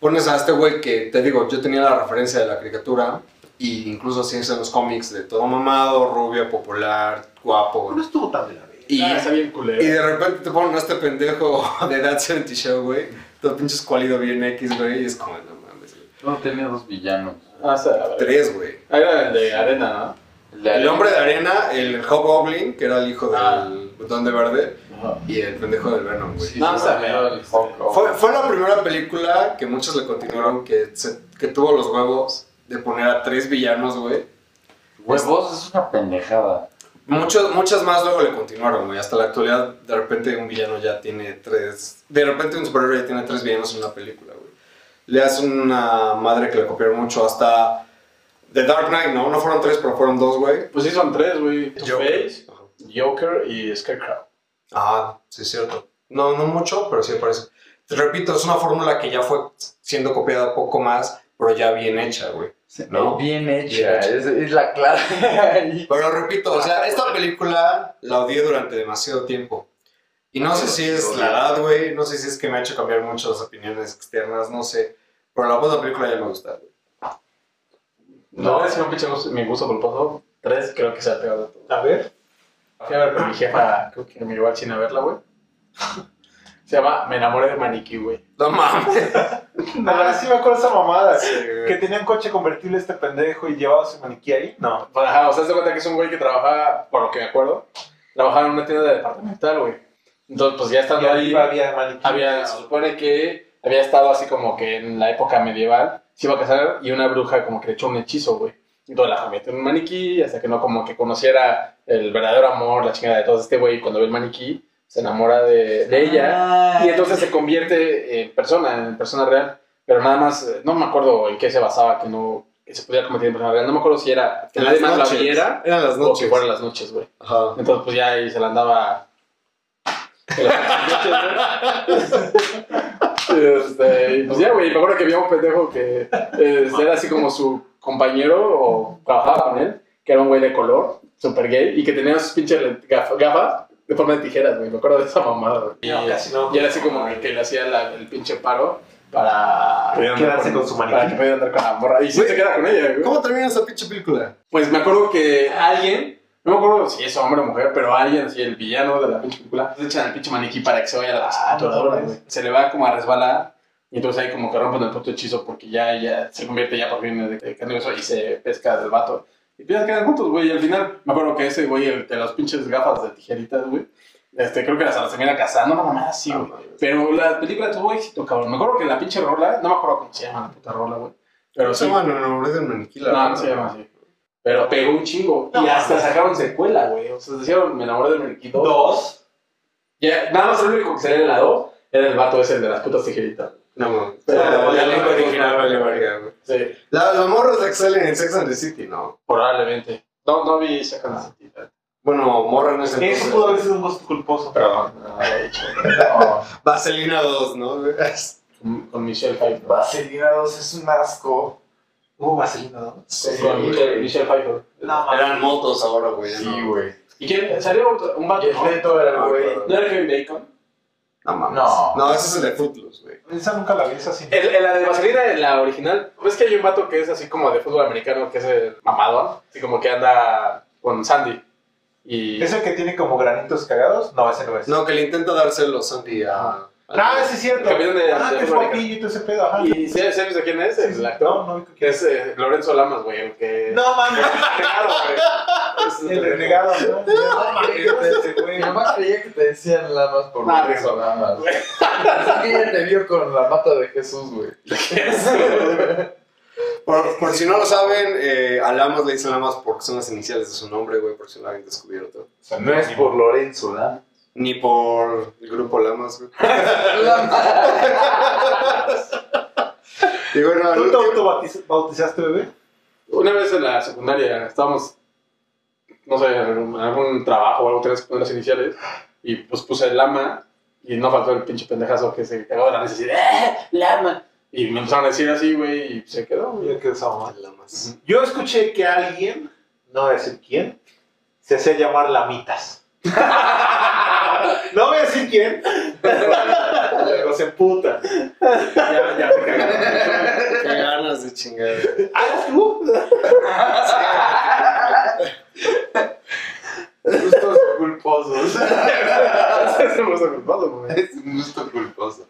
Speaker 2: pones a este güey que, te digo, yo tenía la referencia de la caricatura, y incluso así es en los cómics, de todo mamado, rubio, popular, guapo.
Speaker 3: No estuvo tan de la vida.
Speaker 2: Y,
Speaker 1: Ah, está bien
Speaker 2: y
Speaker 1: culero.
Speaker 2: de repente te ponen a este pendejo de That 70 Show, güey, todo pinche escuálido bien X, güey, y es como, no mames, güey.
Speaker 4: No, tenía dos villanos.
Speaker 5: Ah, está la verga.
Speaker 2: Tres, güey.
Speaker 5: Ah, Era el de arena, ¿no?
Speaker 2: El hombre de arena, el Hobgoblin, que era el hijo del
Speaker 1: Ah.
Speaker 2: Botón de Verde,
Speaker 5: Ajá.
Speaker 2: y el pendejo del Venom, güey.
Speaker 5: No,
Speaker 4: no,
Speaker 5: o sea, me-
Speaker 1: oh,
Speaker 2: Fue, fue la primera película que muchos le continuaron que, se- que tuvo los huevos de poner a tres villanos, güey.
Speaker 4: Huevos es una pendejada.
Speaker 2: Muchos, muchas más luego le continuaron, güey. Hasta la actualidad, de repente un villano ya tiene tres... De repente un superhéroe ya tiene tres villanos en una película, güey. Le hace una madre que le copiaron mucho hasta... The Dark Knight, no, no fueron tres, pero fueron dos, güey.
Speaker 1: Pues sí, son tres, güey.
Speaker 2: Joker.
Speaker 1: Two-Face, Joker y Scarecrow.
Speaker 2: Ah, sí, es cierto. No, no mucho, pero sí aparece. Te repito, es una fórmula que ya fue siendo copiada poco más, pero ya bien hecha, güey. ¿No?
Speaker 4: Bien
Speaker 2: Bien
Speaker 4: hecha,
Speaker 2: hecha.
Speaker 4: es, es la clave ahí.
Speaker 2: Pero repito, o sea, esta película la odié durante demasiado tiempo. Y no sé si es la edad, güey, no sé si es que me ha hecho cambiar mucho las opiniones externas, no sé. Pero la otra película ya me gusta, güey.
Speaker 1: No, es un pinche gusto- mi gusto por el pasado. Tres, creo que se ha pegado a todo.
Speaker 3: A ver,
Speaker 1: Fui a ver con mi jefa, creo que me llevó al cine a verla, güey. Se llama Me enamoré de maniquí, güey.
Speaker 2: No mames.
Speaker 3: ah, sí me acuerdo esa mamada.
Speaker 2: güey.
Speaker 3: Que tenía un coche convertible este pendejo y llevaba su maniquí ahí. No.
Speaker 1: Pues, Ajá, o sea, se cuenta que es un güey que trabaja, por lo que me acuerdo, trabajaba en una tienda de departamental, güey. Entonces, pues ya
Speaker 3: Y
Speaker 1: estando ahí,
Speaker 3: arriba había maniquí.
Speaker 1: había, se supone que había estado así como que en la época medieval, se iba a casar y una bruja como que le echó un hechizo, güey. Entonces la metió en un maniquí hasta que no como que conociera el verdadero amor, la chingada de todo este güey. Cuando ve el maniquí, se enamora de, de ella. Y entonces se convierte en persona, en persona real. Pero nada más, eh, no me acuerdo en qué se basaba que no que se pudiera convertir en persona real. No me acuerdo si era que nadie más la viera
Speaker 2: Eran las
Speaker 1: o que
Speaker 2: noches.
Speaker 1: fuera en las noches, güey.
Speaker 2: Ajá.
Speaker 1: Entonces, pues ya ahí se la andaba. Este, y pues ya, güey, me acuerdo que había un pendejo que eh, era así como su compañero o trabajaba con él, que era un güey de color, super gay, y que tenía sus pinches lent- gaf- gafas de forma de tijeras, güey. Me acuerdo de esa mamada, güey. Y,
Speaker 3: No, casi no.
Speaker 1: y era así como que, que le hacía la- el pinche paro para
Speaker 3: Pudieran quedarse con su maniquí.
Speaker 1: Para que pudiera andar con la morra. Y sí
Speaker 2: Güey,
Speaker 1: se queda con ella, güey.
Speaker 2: ¿Cómo termina esa pinche película?
Speaker 1: Pues me acuerdo que alguien, no me acuerdo si es hombre o mujer, pero alguien, así el villano de la pinche película, se echan al pinche maniquí para que se vaya a la
Speaker 3: no
Speaker 1: computadora,
Speaker 3: mames.
Speaker 1: güey. Se le va como a resbalar. Y entonces ahí como que rompen el puto hechizo porque ya, ya se convierte ya por fin en de carne y hueso y se pesca del vato. Y pues ya quedan juntos, güey. Y al final, me acuerdo que ese güey, el de las pinches gafas de tijeritas, güey. Este, creo que las las termina casando, no mamá, sí, güey. Pero la película tuvo éxito, cabrón. Me acuerdo que la pinche rola, no me acuerdo cómo se llama la puta rola, güey. Pero sí,
Speaker 2: Se llama El nombre del maniquí. la
Speaker 1: no, no
Speaker 2: verdad.
Speaker 1: se llama así. Pero pegó un chingo. y hasta sacaron secuela, güey. O sea, hicieron Me enamoré del Maniquí 2.
Speaker 3: Dos.
Speaker 1: Ya, nada más el único que salía en la 2 era el vato ese de las putas tijeritas.
Speaker 2: No mames.
Speaker 1: Pero
Speaker 2: Pero
Speaker 1: la
Speaker 2: la
Speaker 1: lengua
Speaker 2: lengua
Speaker 1: original
Speaker 2: original vale
Speaker 1: vale verga,
Speaker 2: verga, güey.
Speaker 1: Sí,
Speaker 2: La, la morra es la que sale en Sex and the City, ¿no?
Speaker 1: probablemente. No, no vi sacan la tijeritas.
Speaker 2: Bueno, morra no es
Speaker 3: Eso pudo haber sido un gusto culposo.
Speaker 1: Pero no, no, de hecho, no.
Speaker 2: Vaselina 2, ¿no? güey?
Speaker 1: Con- Con Michelle Pfeiffer.
Speaker 6: Vaselina 2 es un asco.
Speaker 3: Uh, vaselina, ¿no?
Speaker 1: Con Michelle, Michelle Pfeiffer.
Speaker 6: No,
Speaker 2: Eran motos ahora, güey. ya
Speaker 4: Sí,
Speaker 2: no.
Speaker 4: güey.
Speaker 1: ¿Y quién? ¿Salió otro- un vato?
Speaker 6: Y el
Speaker 1: ¿No, Ah,
Speaker 6: feto era el güey.
Speaker 2: No,
Speaker 1: ¿No era Kevin Bacon?
Speaker 2: mames.
Speaker 4: No.
Speaker 2: No, ese es el de Footloose, güey.
Speaker 3: Esa nunca la vi, esa sí.
Speaker 1: El, el- la de Vaselina, la original, ves que hay un vato que es así como de fútbol americano, que es el mamadón, así como que anda con Sandy. Y
Speaker 3: ¿Es el que tiene como granitos cagados? No, ese no es.
Speaker 2: No, que le intenta dárselo Sandy a.
Speaker 3: Ah, ese es cierto.
Speaker 1: Campeón de-
Speaker 3: ah,
Speaker 1: de
Speaker 3: que es
Speaker 1: América.
Speaker 3: guapillo y todo ese pedo, ajá.
Speaker 1: ¿Y Ah, ¿sí- sabes de quién es? El actor.
Speaker 3: No, no, que-
Speaker 1: Que es eh, Lorenzo Lamas, güey, el que...
Speaker 3: No mames,
Speaker 1: Renegado, güey. Es
Speaker 3: el renegado, ¿no? No mames, ese güey.
Speaker 6: Mi mamá creía que te decían lamas por
Speaker 1: Ah,
Speaker 6: Lorenzo
Speaker 1: eso,
Speaker 6: Lamas. Pensé que ella te vio con la mata de Jesús, güey.
Speaker 2: Por, por si no lo saben, eh, a Lamas le dicen Lamas porque son las iniciales de su nombre, güey, por si no lo habían descubierto.
Speaker 6: No es por Lorenzo Lamas.
Speaker 2: Ni por el grupo Lamas, güey. Y bueno, al
Speaker 3: ¿Tú te
Speaker 2: último-
Speaker 3: autobautizaste, bebé?
Speaker 1: Una vez en la secundaria estábamos, no sé, en algún- en algún trabajo o algo, tenías que poner las iniciales, y pues puse Lama, y no faltó el pinche pendejazo que se cagó de la necesidad, ¡Eh, Lama! Y me empezaron a decir así, güey, y se quedó, güey.
Speaker 3: Yo quedé esa mamá.
Speaker 2: Lamas.
Speaker 3: Yo escuché que alguien, no voy a decir quién, se hacía llamar lamitas. No voy a decir quién, pero se emputa.
Speaker 5: Ya, ya me cagaron.
Speaker 2: Qué ganas de chingar.
Speaker 3: ¿Ah, tú?
Speaker 7: Gustos culposos.
Speaker 1: Ese me gusta culpado, güey.
Speaker 4: Es un gusto culposo.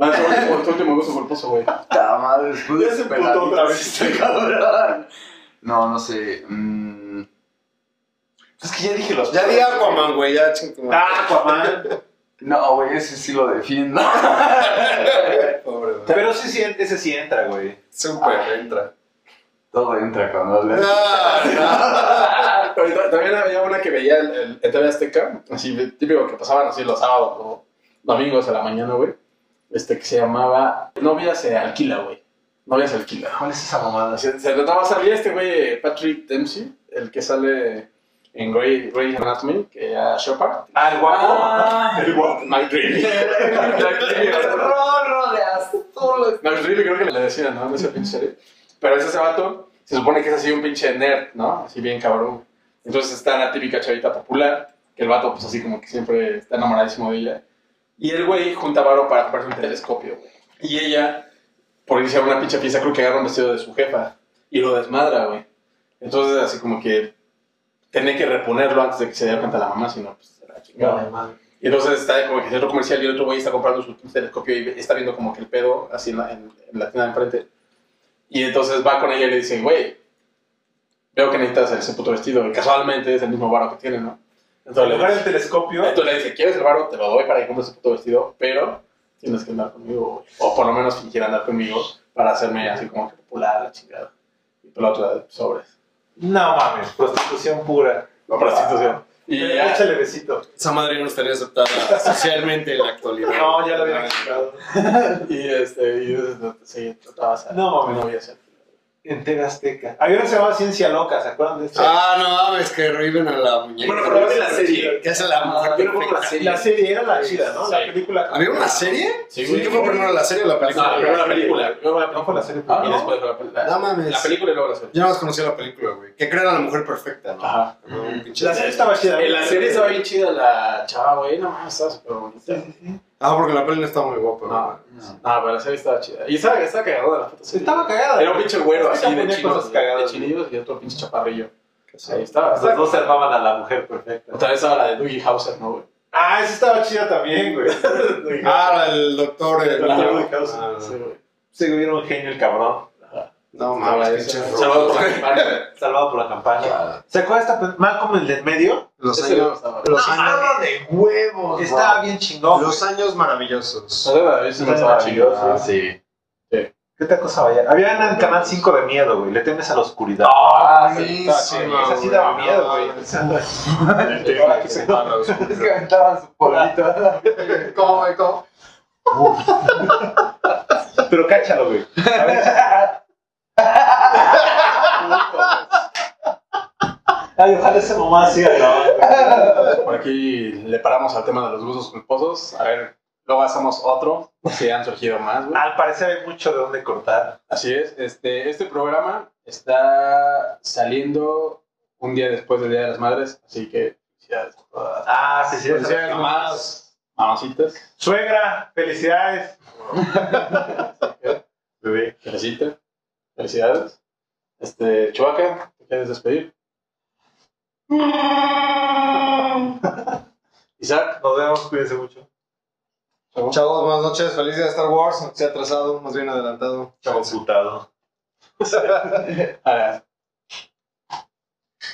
Speaker 1: Va, tu último- tu último gusto culposo, güey.
Speaker 4: Puta madre, después de
Speaker 3: Ya se
Speaker 4: ese
Speaker 3: emputó otra
Speaker 4: peladito,
Speaker 3: vez.
Speaker 4: este cabrón. No, no sé. mm, Es que ya dije los.
Speaker 2: Ya di Aquaman, güey, ya chingón.
Speaker 3: Ah, Aquaman.
Speaker 4: No, güey, ese sí lo defiendo.
Speaker 2: Pobre, güey.
Speaker 3: Pero sí, sí, ese sí entra, güey.
Speaker 2: Súper, entra.
Speaker 4: Todo entra cuando hablas.
Speaker 1: Pero ta- También había una que veía el, el, en TV Azteca, así de- típico que pasaban así los sábados o domingos a la mañana, güey. Este que se llamaba Novia se alquila, güey. Novia se alquila.
Speaker 3: ¿Cuál es esa mamada?
Speaker 1: Se, se trataba, salía este güey Patrick Dempsey, el que sale en Grey, Grey Anatomy, que era Shepard.
Speaker 3: Ah, el guapo. el guapo.
Speaker 1: Mike Dreamy. Mike
Speaker 7: Rorro de azules.
Speaker 1: Dreamy creo que le decían, ¿no? En esa pinche serie. Pero es ese vato se supone que es así un pinche nerd, ¿no? Así bien cabrón. Entonces está la típica chavita popular, que el vato pues así como que siempre está enamoradísimo de ella. Y el güey junta varo para comprarse un telescopio, güey. Y ella, por iniciar una pinche pieza, creo que agarra un vestido de su jefa y lo desmadra, güey. Entonces así como que tiene que reponerlo antes de que se dé cuenta la mamá, si no, pues se la chingaba. Y entonces está como que centro comercial y el otro güey está comprando su telescopio y está viendo como que el pedo así en la, en- en la tienda de enfrente. Y entonces va con ella y le dice, güey, veo que necesitas ese puto vestido. Y casualmente es el mismo varo que tiene, ¿no?
Speaker 3: En
Speaker 1: Entonces le,
Speaker 3: lugar del telescopio.
Speaker 1: entonces le dice, ¿quieres el varo? Te lo doy para que compres ese puto vestido, pero tienes que andar conmigo, güey. O por lo menos fingir andar conmigo para hacerme así como que popular, la chingada. Y por la otra, sobres.
Speaker 3: No mames, prostitución pura.
Speaker 1: La prostitución.
Speaker 3: Y
Speaker 1: Y ya,
Speaker 3: échale besito.
Speaker 2: Esa madre no estaría aceptada socialmente en la actualidad.
Speaker 3: No, ya lo había quitado.
Speaker 1: y este, y este, sí, tratabas a...
Speaker 3: No, mami.
Speaker 1: no voy a hacer.
Speaker 3: En TV Azteca. Había una que se llamaba Ciencia Loca, ¿se acuerdan de esto?
Speaker 2: Ah, no mames, que reviven a la muñeca.
Speaker 1: Bueno, pero de la serie.
Speaker 2: ¿Qué hace la mujer?
Speaker 1: Yo no pongo la
Speaker 2: perfecta?
Speaker 1: serie.
Speaker 3: La serie era la chida, ¿no? La
Speaker 1: Sí.
Speaker 3: película.
Speaker 2: ¿Había una serie?
Speaker 1: Sí,
Speaker 2: ¿Qué fue primero, la serie o la
Speaker 1: No,
Speaker 2: película?
Speaker 1: primero la película. Primero la
Speaker 3: No fue la serie.
Speaker 1: película. Y
Speaker 3: primero.
Speaker 1: después la película.
Speaker 2: No mames.
Speaker 1: La película y luego la serie.
Speaker 2: Yo no más conocía la película, güey. Que creo era la mujer perfecta, ¿no?
Speaker 1: Ajá.
Speaker 2: No, un pinche-
Speaker 3: La serie estaba chida.
Speaker 1: En la serie estaba bien chida la chava, güey. No mames, estaba súper bonita.
Speaker 2: Ah, porque la peli no estaba muy guapa, güey.
Speaker 1: No, no, Ah, pero la serie estaba chida. Y estaba, estaba cagada la foto.
Speaker 3: Estaba cagada.
Speaker 1: Era un pinche güero
Speaker 3: Es que
Speaker 1: así de
Speaker 3: ponía
Speaker 1: chinos,
Speaker 3: cosas cagadas.
Speaker 1: de chinidos y otro pinche chaparrillo.
Speaker 2: sí.
Speaker 1: Ahí estaba.
Speaker 3: Las dos armaban a la mujer perfecta.
Speaker 1: Otra vez estaba la de Dougie Hauser, ¿no, güey?
Speaker 3: Ah, esa estaba chida también, güey.
Speaker 2: Ah, el doctor. el-
Speaker 3: doctor
Speaker 2: Ah,
Speaker 3: Wickhausen,
Speaker 2: ah,
Speaker 1: Sí, güey.
Speaker 3: Se güey era un genio el cabrón.
Speaker 2: No
Speaker 1: Estaba
Speaker 2: mames, pinche
Speaker 1: esa.
Speaker 2: rojo.
Speaker 1: Sábado por la campana.
Speaker 3: Salvado por la campana. ¿Se acuerda esta pe- Malcolm el de en medio?
Speaker 2: Los
Speaker 1: Ese
Speaker 2: años.
Speaker 1: no estaba.
Speaker 2: Los años.
Speaker 3: de huevos. Estaba bien chingón.
Speaker 2: Los años maravillosos.
Speaker 1: Ese no estaba chido.
Speaker 4: Ah, sí.
Speaker 3: ¿Qué otra cosa vaya? Había en el canal 5 de miedo, güey. Le temes a la oscuridad.
Speaker 2: Ah, Buenísima,
Speaker 3: Esa sí
Speaker 2: güey.
Speaker 3: daba miedo, güey.
Speaker 2: No,
Speaker 6: Es que aventaban su polvito.
Speaker 2: ¿Cómo, güey? ¿Cómo?
Speaker 3: Pero cáchalo, güey. A ver. Ay, ojalá ese mamá siga grabando.
Speaker 1: Por aquí le paramos al tema de los gustos culposos. A ver, luego hacemos otro. Si han surgido más, güey.
Speaker 3: Al parecer hay mucho de dónde cortar.
Speaker 1: Así es, este, este programa está saliendo un día después del Día de las Madres, así que felicidades a todas
Speaker 3: Ah, sí, sí.
Speaker 1: las mamás, mamacitas,
Speaker 3: Suegra, felicidades. Bebé.
Speaker 1: felicita, felicidades. Este, Chubaca, ¿te quieres despedir? Isaac,
Speaker 3: Nos vemos, cuídense mucho.
Speaker 1: Chavo.
Speaker 2: Chavos, buenas noches. Feliz día de Star Wars. Se ha atrasado, más bien adelantado.
Speaker 3: Chao, putado.
Speaker 1: Ah,